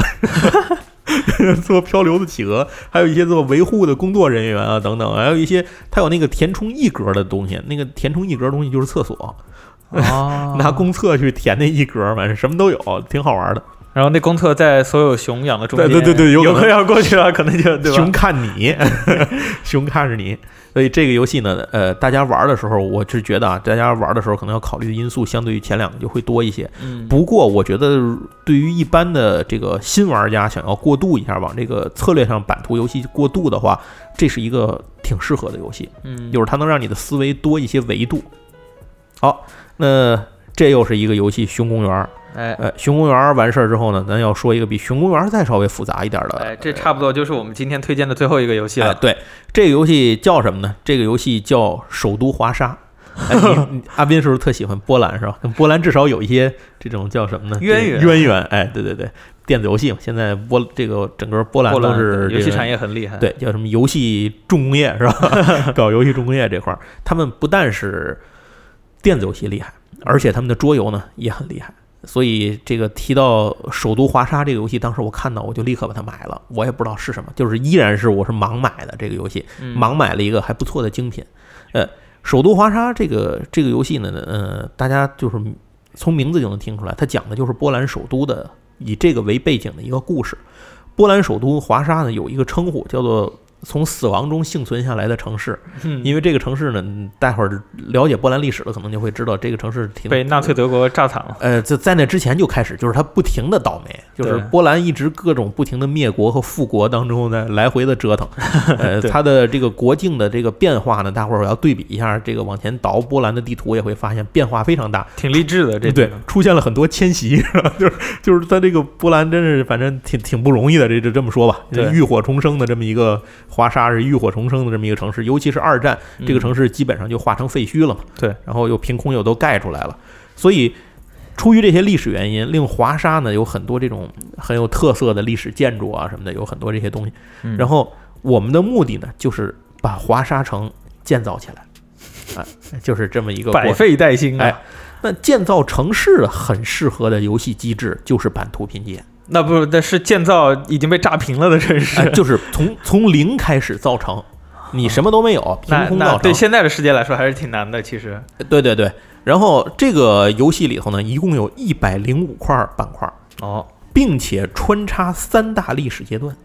B: 做漂流的企鹅，还有一些做维护的工作人员啊等等，还有一些它有那个填充一格的东西，那个填充一格的东西就是厕所，
A: 哦
B: 拿公厕去填那一格，反正什么都有，挺好玩的。
A: 然后那公厕在所有熊养的中间，
B: 对对对对有
A: 有
B: 可能
A: 要过去了，可能就对吧？
B: 熊看你， 熊看着你。所以这个游戏呢，呃，大家玩的时候，我是觉得啊，大家玩的时候可能要考虑的因素相对于前两个就会多一些。
A: 嗯，
B: 不过，我觉得对于一般的这个新玩家想要过渡一下往这个策略上版图游戏过渡的话，这是一个挺适合的游戏，
A: 嗯，
B: 就是它能让你的思维多一些维度。好，那这又是一个游戏《熊公园》。
A: 哎
B: 呃，《熊公园》完事儿之后呢，咱要说一个比《熊公园》再稍微复杂一点的。
A: 哎，这差不多就是我们今天推荐的最后一个游戏
B: 哎，
A: 了。
B: 对，这个游戏叫什么呢？这个游戏叫《首都华沙》。哎、 你你阿斌是不是特喜欢波兰是吧？跟波兰至少有一些这种叫什么呢？
A: 渊源
B: 渊源。哎，对对对，电子游戏嘛，现在波这个整个波兰
A: 波
B: 都
A: 兰
B: 是、
A: 游戏产
B: 业。
A: 业很厉害，，
B: 对，叫什么游戏重工业是吧？搞游戏重工业这块儿，他们不但是电子游戏厉害，而且他们的桌游呢也很厉害。所以这个提到《首都华沙》这个游戏，当时我看到我就立刻把它买了，我也不知道是什么，就是依然是我是盲买的这个游戏，
A: 嗯
B: 盲买了一个还不错的精品。呃，《首都华沙》这个这个游戏呢，呃，大家就是从名字就能听出来，它讲的就是波兰首都的以这个为背景的一个故事。波兰首都华沙呢有一个称呼叫做“从死亡中幸存下来的城市”，
A: 嗯
B: 因为这个城市呢，大伙儿了解波兰历史的可能就会知道，这个城市挺
A: 被纳粹德国炸惨了，
B: 呃，在在那之前就开始，就是它不停的倒霉，就是
A: 对
B: 波兰一直各种不停的灭国和复国当中呢来回的折 腾，呃，
A: 对
B: 它的这个国境的这个变化呢，大伙儿要对比一下，这个往前倒波兰的地图也会发现变化非常大，
A: 挺励志的这
B: 对
A: 地方，
B: 出现了很多迁徙，是吧？ 就是就是它这个波兰真是反正挺挺不容易的，这这这么说吧，
A: 对
B: 浴火重生的这么一个华沙是浴火重生的这么一个城市，尤其是二战嗯这
A: 嗯
B: 个城市基本上就化成废墟了嘛。
A: 对，
B: 然后又凭空又都盖出来了，所以出于这些历史原因，令华沙呢有很多这种很有特色的历史建筑啊什么的，有很多这些东西。
A: 嗯
B: 然后我们的目的呢，就是把华沙城建造起来，啊， 就是这么一个过
A: 百
B: 程。
A: 废待兴啊
B: 哎，那建造城市很适合的游戏机制就是版图拼接，
A: 那不那是建造已经被炸平了的城
B: 哎
A: 市，
B: 就是从从零开始造成，你什么都没有，凭
A: 那
B: 空
A: 那
B: 造
A: 对
B: 成。
A: 现在的世界来说还是挺难的，其实，
B: 对对对，然后这个游戏里头呢，一共有一百零五块板块，
A: 哦，
B: 并且穿插三大历史阶段，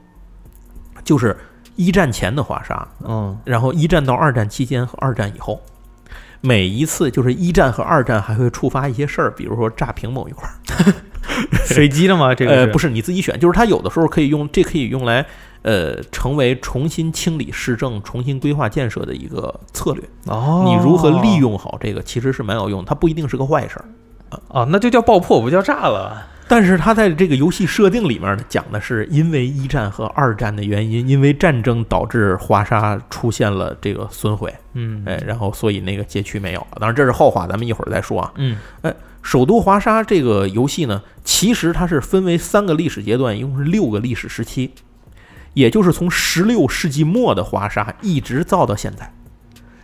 B: 就是一战前的华沙，
A: 嗯，
B: 然后一战到二战期间和二战以后。每一次就是一战和二战还会触发一些事儿，比如说炸平某一块儿，
A: 随机的 吗？这个
B: 呃，
A: 是
B: 不是你自己选，就是它有的时候可以用，这可以用来，呃，成为重新清理市政、重新规划建设的一个策略。
A: 哦，
B: 你如何利用好这个，其实是蛮有用，它不一定是个坏事儿。
A: 哦，那就叫爆破，不叫炸了。
B: 但是它在这个游戏设定里面呢，讲的是因为一战和二战的原因，因为战争导致华沙出现了这个损毁，
A: 嗯
B: 哎，然后所以那个街区没有了。当然这是后话，咱们一会儿再说啊。
A: 嗯
B: 首都华沙这个游戏呢，其实它是分为三个历史阶段，一共是六个历史时期，也就是从十六世纪末的华沙一直造到现在。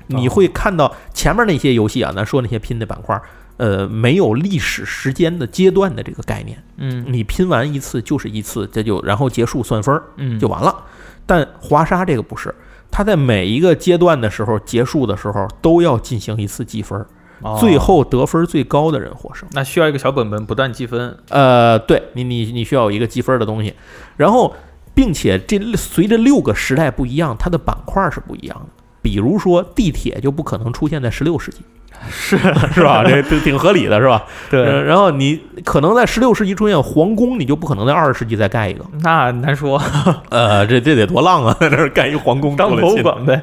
B: 你会看到前面那些游戏啊，咱说那些拼的板块儿，呃，没有历史时间的阶段的这个概念。
A: 嗯
B: 你拼完一次就是一次，这就然后结束算分儿
A: 嗯，
B: 就完了。但华沙这个不是，它在每一个阶段的时候结束的时候都要进行一次计分儿，
A: 哦
B: 最后得分最高的人获胜。
A: 那需要一个小本本不断积分。
B: 呃，对你你你需要有一个积分的东西，然后并且这随着六个时代不一样，它的板块是不一样的。比如说地铁就不可能出现在十六世纪， 是是吧？这挺挺合理的，是吧？呃，然后你可能在十六世纪出现皇宫，你就不可能在二十世纪再盖一个。
A: 那难说，
B: 呃，这这得多浪啊，在 这儿盖一皇宫
A: 当
B: 过来
A: 博物
B: 信
A: 馆呗。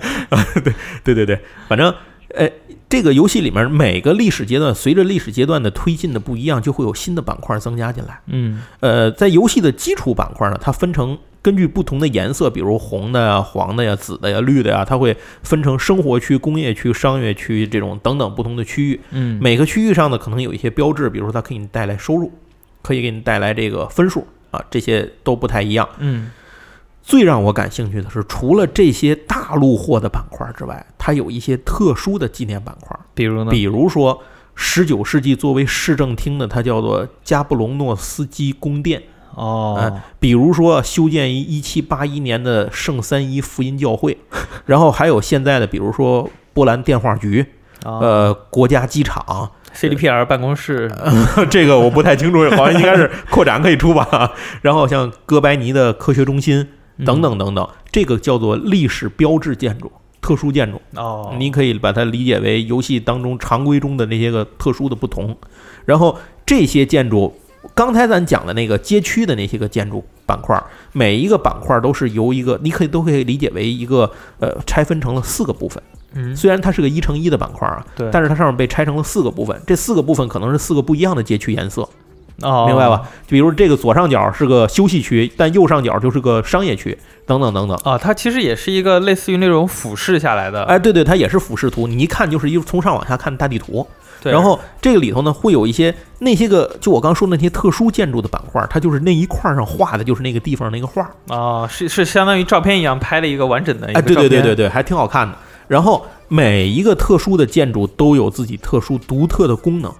B: 对对对，反正呃，这个游戏里面每个历史阶段，随着历史阶段的推进的不一样，就会有新的板块增加进来。
A: 嗯
B: 呃，在游戏的基础板块呢，它分成根据不同的颜色，比如红的呀、黄的呀、紫的呀、绿的呀，它会分成生活区、工业区、商业区这种等等不同的区域。
A: 嗯，
B: 每个区域上呢，可能有一些标志，比如说它可以给你带来收入，可以给你带来这个分数啊，这些都不太一样。
A: 嗯
B: 最让我感兴趣的是，除了这些大陆货的板块之外，它有一些特殊的纪念板块，
A: 比如呢？
B: 比如说十九世纪作为市政厅的，它叫做加布隆诺斯基宫殿；
A: 哦，
B: 比如说修建于一七八一年的圣三一福音教会，然后还有现在的，比如说波兰电话局、
A: 呃
B: 呃国家机场，
A: ，CDPR 办公室，
B: 这个我不太清楚，好像应该是扩展可以出吧。 然后像哥白尼的科学中心，
A: 嗯
B: 等等等等，这个叫做历史标志建筑、特殊建筑，
A: 嗯。哦，
B: 你可以把它理解为游戏当中常规中的那些个特殊的不同。然后这些建筑，刚才咱讲的那个街区的那些个建筑板块，每一个板块都是由一个，你可以都可以理解为一个呃拆分成了四个部分。
A: 嗯，
B: 虽然它是个一乘一的板块啊，
A: 对，
B: 但是它上面被拆成了四个部分，这四个部分可能是四个不一样的街区颜色。
A: 哦，
B: 明白？吧？就比如这个左上角是个休息区，但右上角就是个商业区，等等等等。
A: 啊，它其实也是一个类似于那种俯视下来的，
B: 哎，对对，它也是俯视图，你一看就是一从上往下看大地图。
A: 对，
B: 然后这个里头呢，会有一些那些个，就我刚说那些特殊建筑的板块，它就是那一块儿上画的就是那个地方那个画。
A: 啊，是是相当于照片一样拍了一个完整的一个
B: 哎，对
A: 照
B: 对
A: 片，
B: 对对对，还挺好看的。然后每一个特殊的建筑都有自己特殊独特的功能，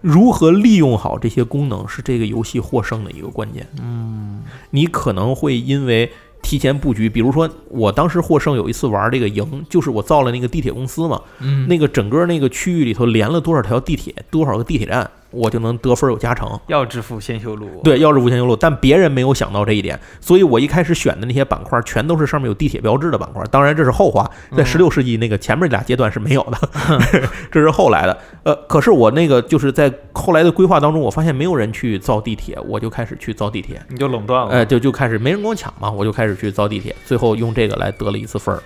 B: 如何利用好这些功能是这个游戏获胜的一个关键。嗯，你可能会因为提前布局，比如说我当时获胜有一次玩这个营，就是我造了那个地铁公司嘛，
A: 嗯，
B: 那个整个那个区域里头连了多少条地铁，多少个地铁站，我就能得分有加成。
A: 要致富先修路，
B: 对，要是无限修路，但别人没有想到这一点，所以我一开始选的那些板块全都是上面有地铁标志的板块。当然这是后话，在
A: 嗯
B: 十六世纪那个前面俩阶段是没有的， 这是后来的。呃，可是我那个就是在后来的规划当中，我发现没有人去造地铁，我就开始去造地铁。
A: 你就垄断了，
B: 呃，就就开始没人跟我抢嘛，我就开始去造地铁，最后用这个来得了一次分儿。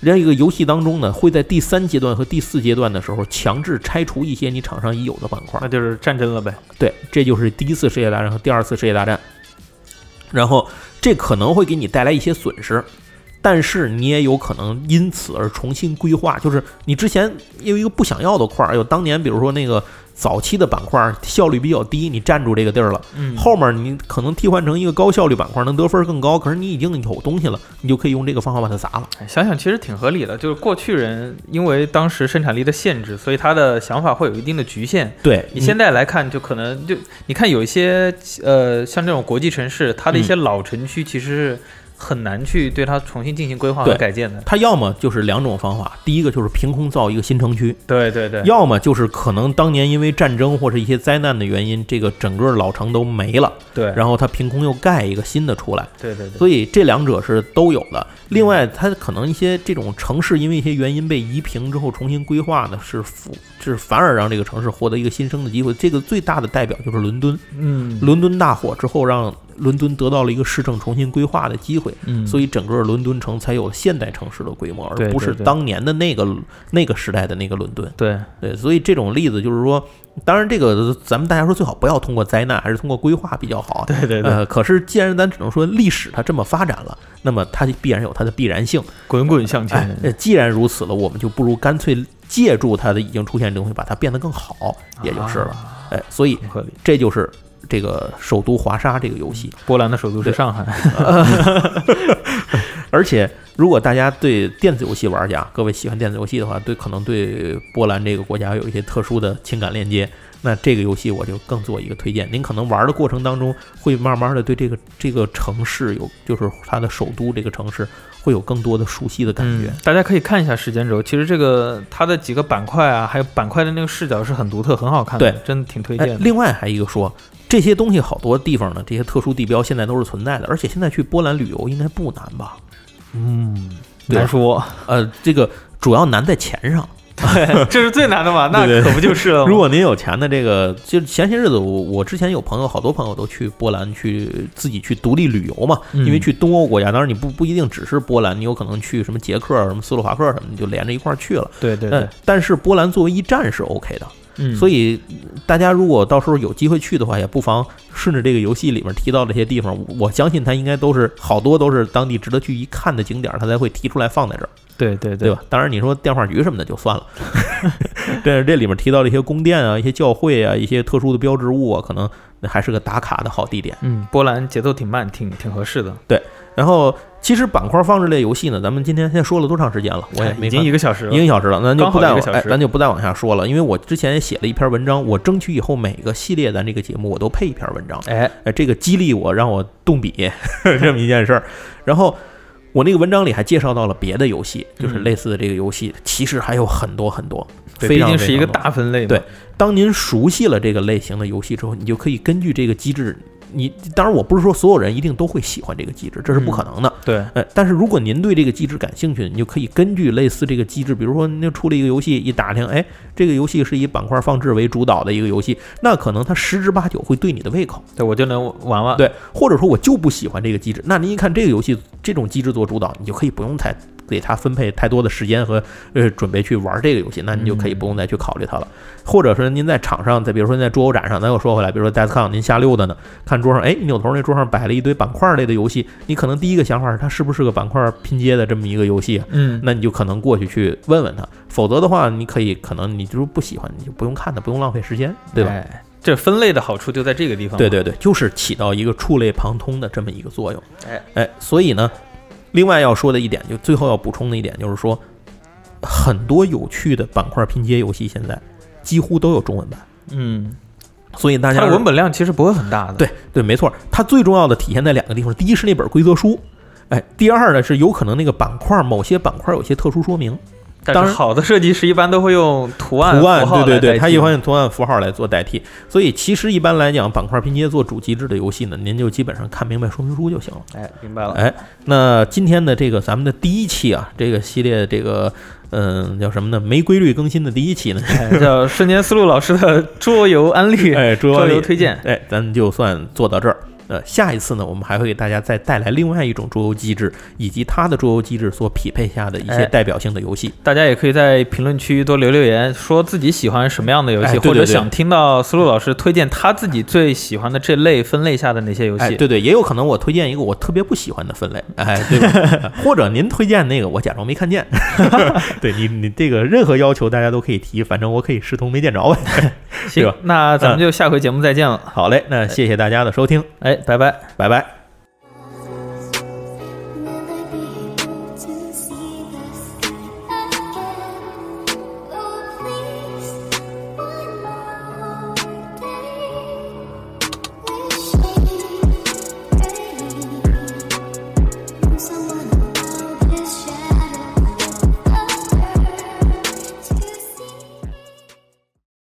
B: 人家一个游戏当中呢，会在第三阶段和第四阶段的时候强制拆除一些你场上已有的板块。
A: 那就是战争了呗，
B: 对，这就是第一次世界大战和第二次世界大战。然后这可能会给你带来一些损失，但是你也有可能因此而重新规划，就是你之前有一个不想要的块儿，哎呦，当年比如说那个早期的板块儿效率比较低，你占住这个地儿了，
A: 嗯，
B: 后面你可能替换成一个高效率板块儿，能得分更高，可是你已经有东西了，你就可以用这个方法把它砸了。
A: 哎想想其实挺合理的，就是过去人因为当时生产力的限制，所以他的想法会有一定的局限。
B: 对
A: 你现在来看，就可能就你看有一些呃，像这种国际城市，它
B: 嗯
A: 的一些老城区其实是很难去对它重新进行规划和
B: 对
A: 改建的。
B: 它要么就是两种方法，第一个就是凭空造一个新城区，
A: 对对对，
B: 要么就是可能当年因为战争或是一些灾难的原因，这个整个老城都没了，
A: 对，
B: 然后它凭空又盖一个新的出来，
A: 对对对，
B: 所以这两者是都有的。另外，它可能一些这种城市因为一些原因被移平之后重新规划呢，是复是反而让这个城市获得一个新生的机会。这个最大的代表就是伦敦，
A: 嗯
B: 伦敦大火之后让伦敦得到了一个市政重新规划的机会。
A: 嗯，
B: 所
A: 以
B: 以整个伦敦城才有现代城市的规模，
A: 对
B: 而
A: 对
B: 不是
A: 对
B: 当年的那个那个时代的那个伦敦。
A: 对
B: 对，所以这种例子就是说，当然这个咱们大家说最好不要通过灾难，还是通过规划比较好。
A: 对对对，
B: 呃，可是既然咱只能说历史它这么发展了，那么它必然有它的必然性。
A: 滚滚向
B: 哎
A: 前，，
B: 呃既然如此了，我们就不如干脆借助它的已经出现的东西，把它变得更好，也就是了。
A: 啊，
B: 哎，所以
A: 很合理。
B: 这就是这个首都华沙这个游戏。
A: 波兰的首都是
B: 对嗯
A: 上海，
B: 而且，如果大家对电子游戏玩家，各位喜欢电子游戏的话，对可能对波兰这个国家有一些特殊的情感链接，那这个游戏我就更做一个推荐。您可能玩的过程当中，会慢慢的对这个这个城市有，就是它的首都这个城市会有更多的熟悉的感觉。
A: 嗯大家可以看一下时间轴。其实这个它的几个板块啊，还有板块的那个视角是很独特、很好看的，
B: 对，
A: 真的挺推
B: 哎
A: 荐，的。
B: 另外还一个说，这些东西好多地方呢，这些特殊地标现在都是存在的，而且现在去波兰旅游应该不难吧？
A: 嗯，
B: 对吧
A: 难说，
B: 呃，这个主要难在钱上。
A: 这是最难的嘛？那
B: 对对
A: 可不就是了吗？
B: 如果您有钱的这个，就前些日子我我之前有朋友，好多朋友都去波兰去自己去独立旅游嘛，
A: 嗯
B: 因为去东欧国家，当然你不不一定只是波兰，你有可能去什么捷克、啊什么斯洛伐克什么，你就连着一块儿去了。
A: 对对
B: 但
A: 对，
B: 但是波兰作为一站是 OK 的，
A: 嗯，
B: 所
A: 以
B: 以大家如果到时候有机会去的话，也不妨顺着这个游戏里面提到这些地方，我我相信它应该都是好多都是当地值得去一看的景点儿，它才会提出来放在这儿。
A: 对对
B: 对吧？当然，你说电话局什么的就 算了，但是这里面提到了一些宫殿啊、一些教会啊、一些特殊的标志物啊，可能那还是个打卡的好地点。
A: 嗯，波兰节奏挺慢，挺挺合适的。
B: 然后，其实板块放置类游戏呢，咱们今天现在说了多长时间了？我也哎
A: 哎
B: 没
A: 已经
B: 看
A: 一个小时
B: 一
A: 了。
B: 个小时了，咱就
A: 刚好
B: 不再
A: 一个
B: 往
A: 小
B: 哎，
A: 时
B: 咱就不再往下说了，因为我之前也写了一篇文章，我争取以后每个系列咱这个节目我都配一篇文章，
A: 哎，
B: 哎，这个激励我让我动笔 这么一件事儿。然后我那个文章里还介绍到了别的游戏，就是
A: 嗯
B: 类似的这个游戏，其实还有很多很多。
A: 对
B: 非
A: 毕
B: 常
A: 竟是一个
B: 非常多
A: 大分类嘛。
B: 对当您熟悉了这个类型的游戏之后，你就可以根据这个机制，你当然我不是说所有人一定都会喜欢这个机制，这是
A: 嗯
B: 不可能的。
A: 对，
B: 呃，但是如果您对这个机制感兴趣，你就可以根据类似这个机制，比如说您就出了一个游戏，一打听，哎，这个游戏是以板块放置为主导的一个游戏，那可能它十之八九会对你的胃口。
A: 对我就能玩玩。
B: 对，或者说我就不喜欢这个机制，那您一看这个游戏这种机制做主导，你就可以不用太。给他分配太多的时间和呃准备去玩这个游戏，那您就可以不用再去考虑它了。或者是您在场上，再比如说您在桌游展上，咱又说回来，比如说 DesCon 您瞎溜达呢，看桌上，哎，一扭头那桌上摆了一堆板块类的游戏，你可能第一个想法是它是不是个板块拼接的这么一个游戏啊？
A: 嗯，
B: 那你就可能过去去问问他，否则的话，你可以可能你就是不喜欢，你就不用看它，不用浪费时间，对吧？
A: 哎？这分类的好处就在这个地方。啊
B: 对，对对，就是起到一个触类旁通的这么一个作用。
A: 哎
B: 哎，所以呢，另外要说的一点，就最后要补充的一点就是说，很多有趣的板块拼接游戏现在几乎都有中文版，
A: 嗯，
B: 所以大
A: 它
B: 家
A: 的文本量其实不会很大的。
B: 对对，没错，它最重要的体现在两个地方，第一是那本规则书。哎，第二呢是有可能那个板块某些板块有些特殊说明，
A: 但
B: 当
A: 是
B: 然
A: 好的设计师一般都会用图案、
B: 图案
A: 符号
B: 对对
A: 来代
B: 对，
A: 替
B: 它一般用图案符号来做代替，所以其实一般来讲，板块拼接做主机制的游戏呢，您就基本上看明白说明书就行了。
A: 哎，明白了。
B: 哎，那今天的这个咱们的第一期啊，这个系列这个嗯叫什么呢？没规律更新的第一期呢，
A: 哎叫瞬间思路老师的桌游安利，
B: 哎，桌
A: 桌游
B: 游
A: 推荐
B: 哎，咱们就算做到这儿。呃，下一次呢，我们还会给大家再带来另外一种桌游机制，以及它的桌游机制所匹配下的一
A: 哎
B: 些代表性的游戏。
A: 大家也可以在评论区多留留言，说自己喜欢什么样的游戏，
B: 哎对对
A: 或者
B: 对
A: 想听到思路老师推荐他自己最喜欢的这类分类下的哪些游戏。
B: 哎，对对，也有可能我推荐一个我特别不喜欢的分类，哎，对 吧？或者您推荐那个我假装没看见， 对你你这个任何要求大家都可以提，反正我可以视同没见着呗。对
A: 行
B: 吧，
A: 那咱们就下回节目再见了。
B: 好嘞，那谢谢大家的收听，
A: 哎，拜拜。
B: 拜拜。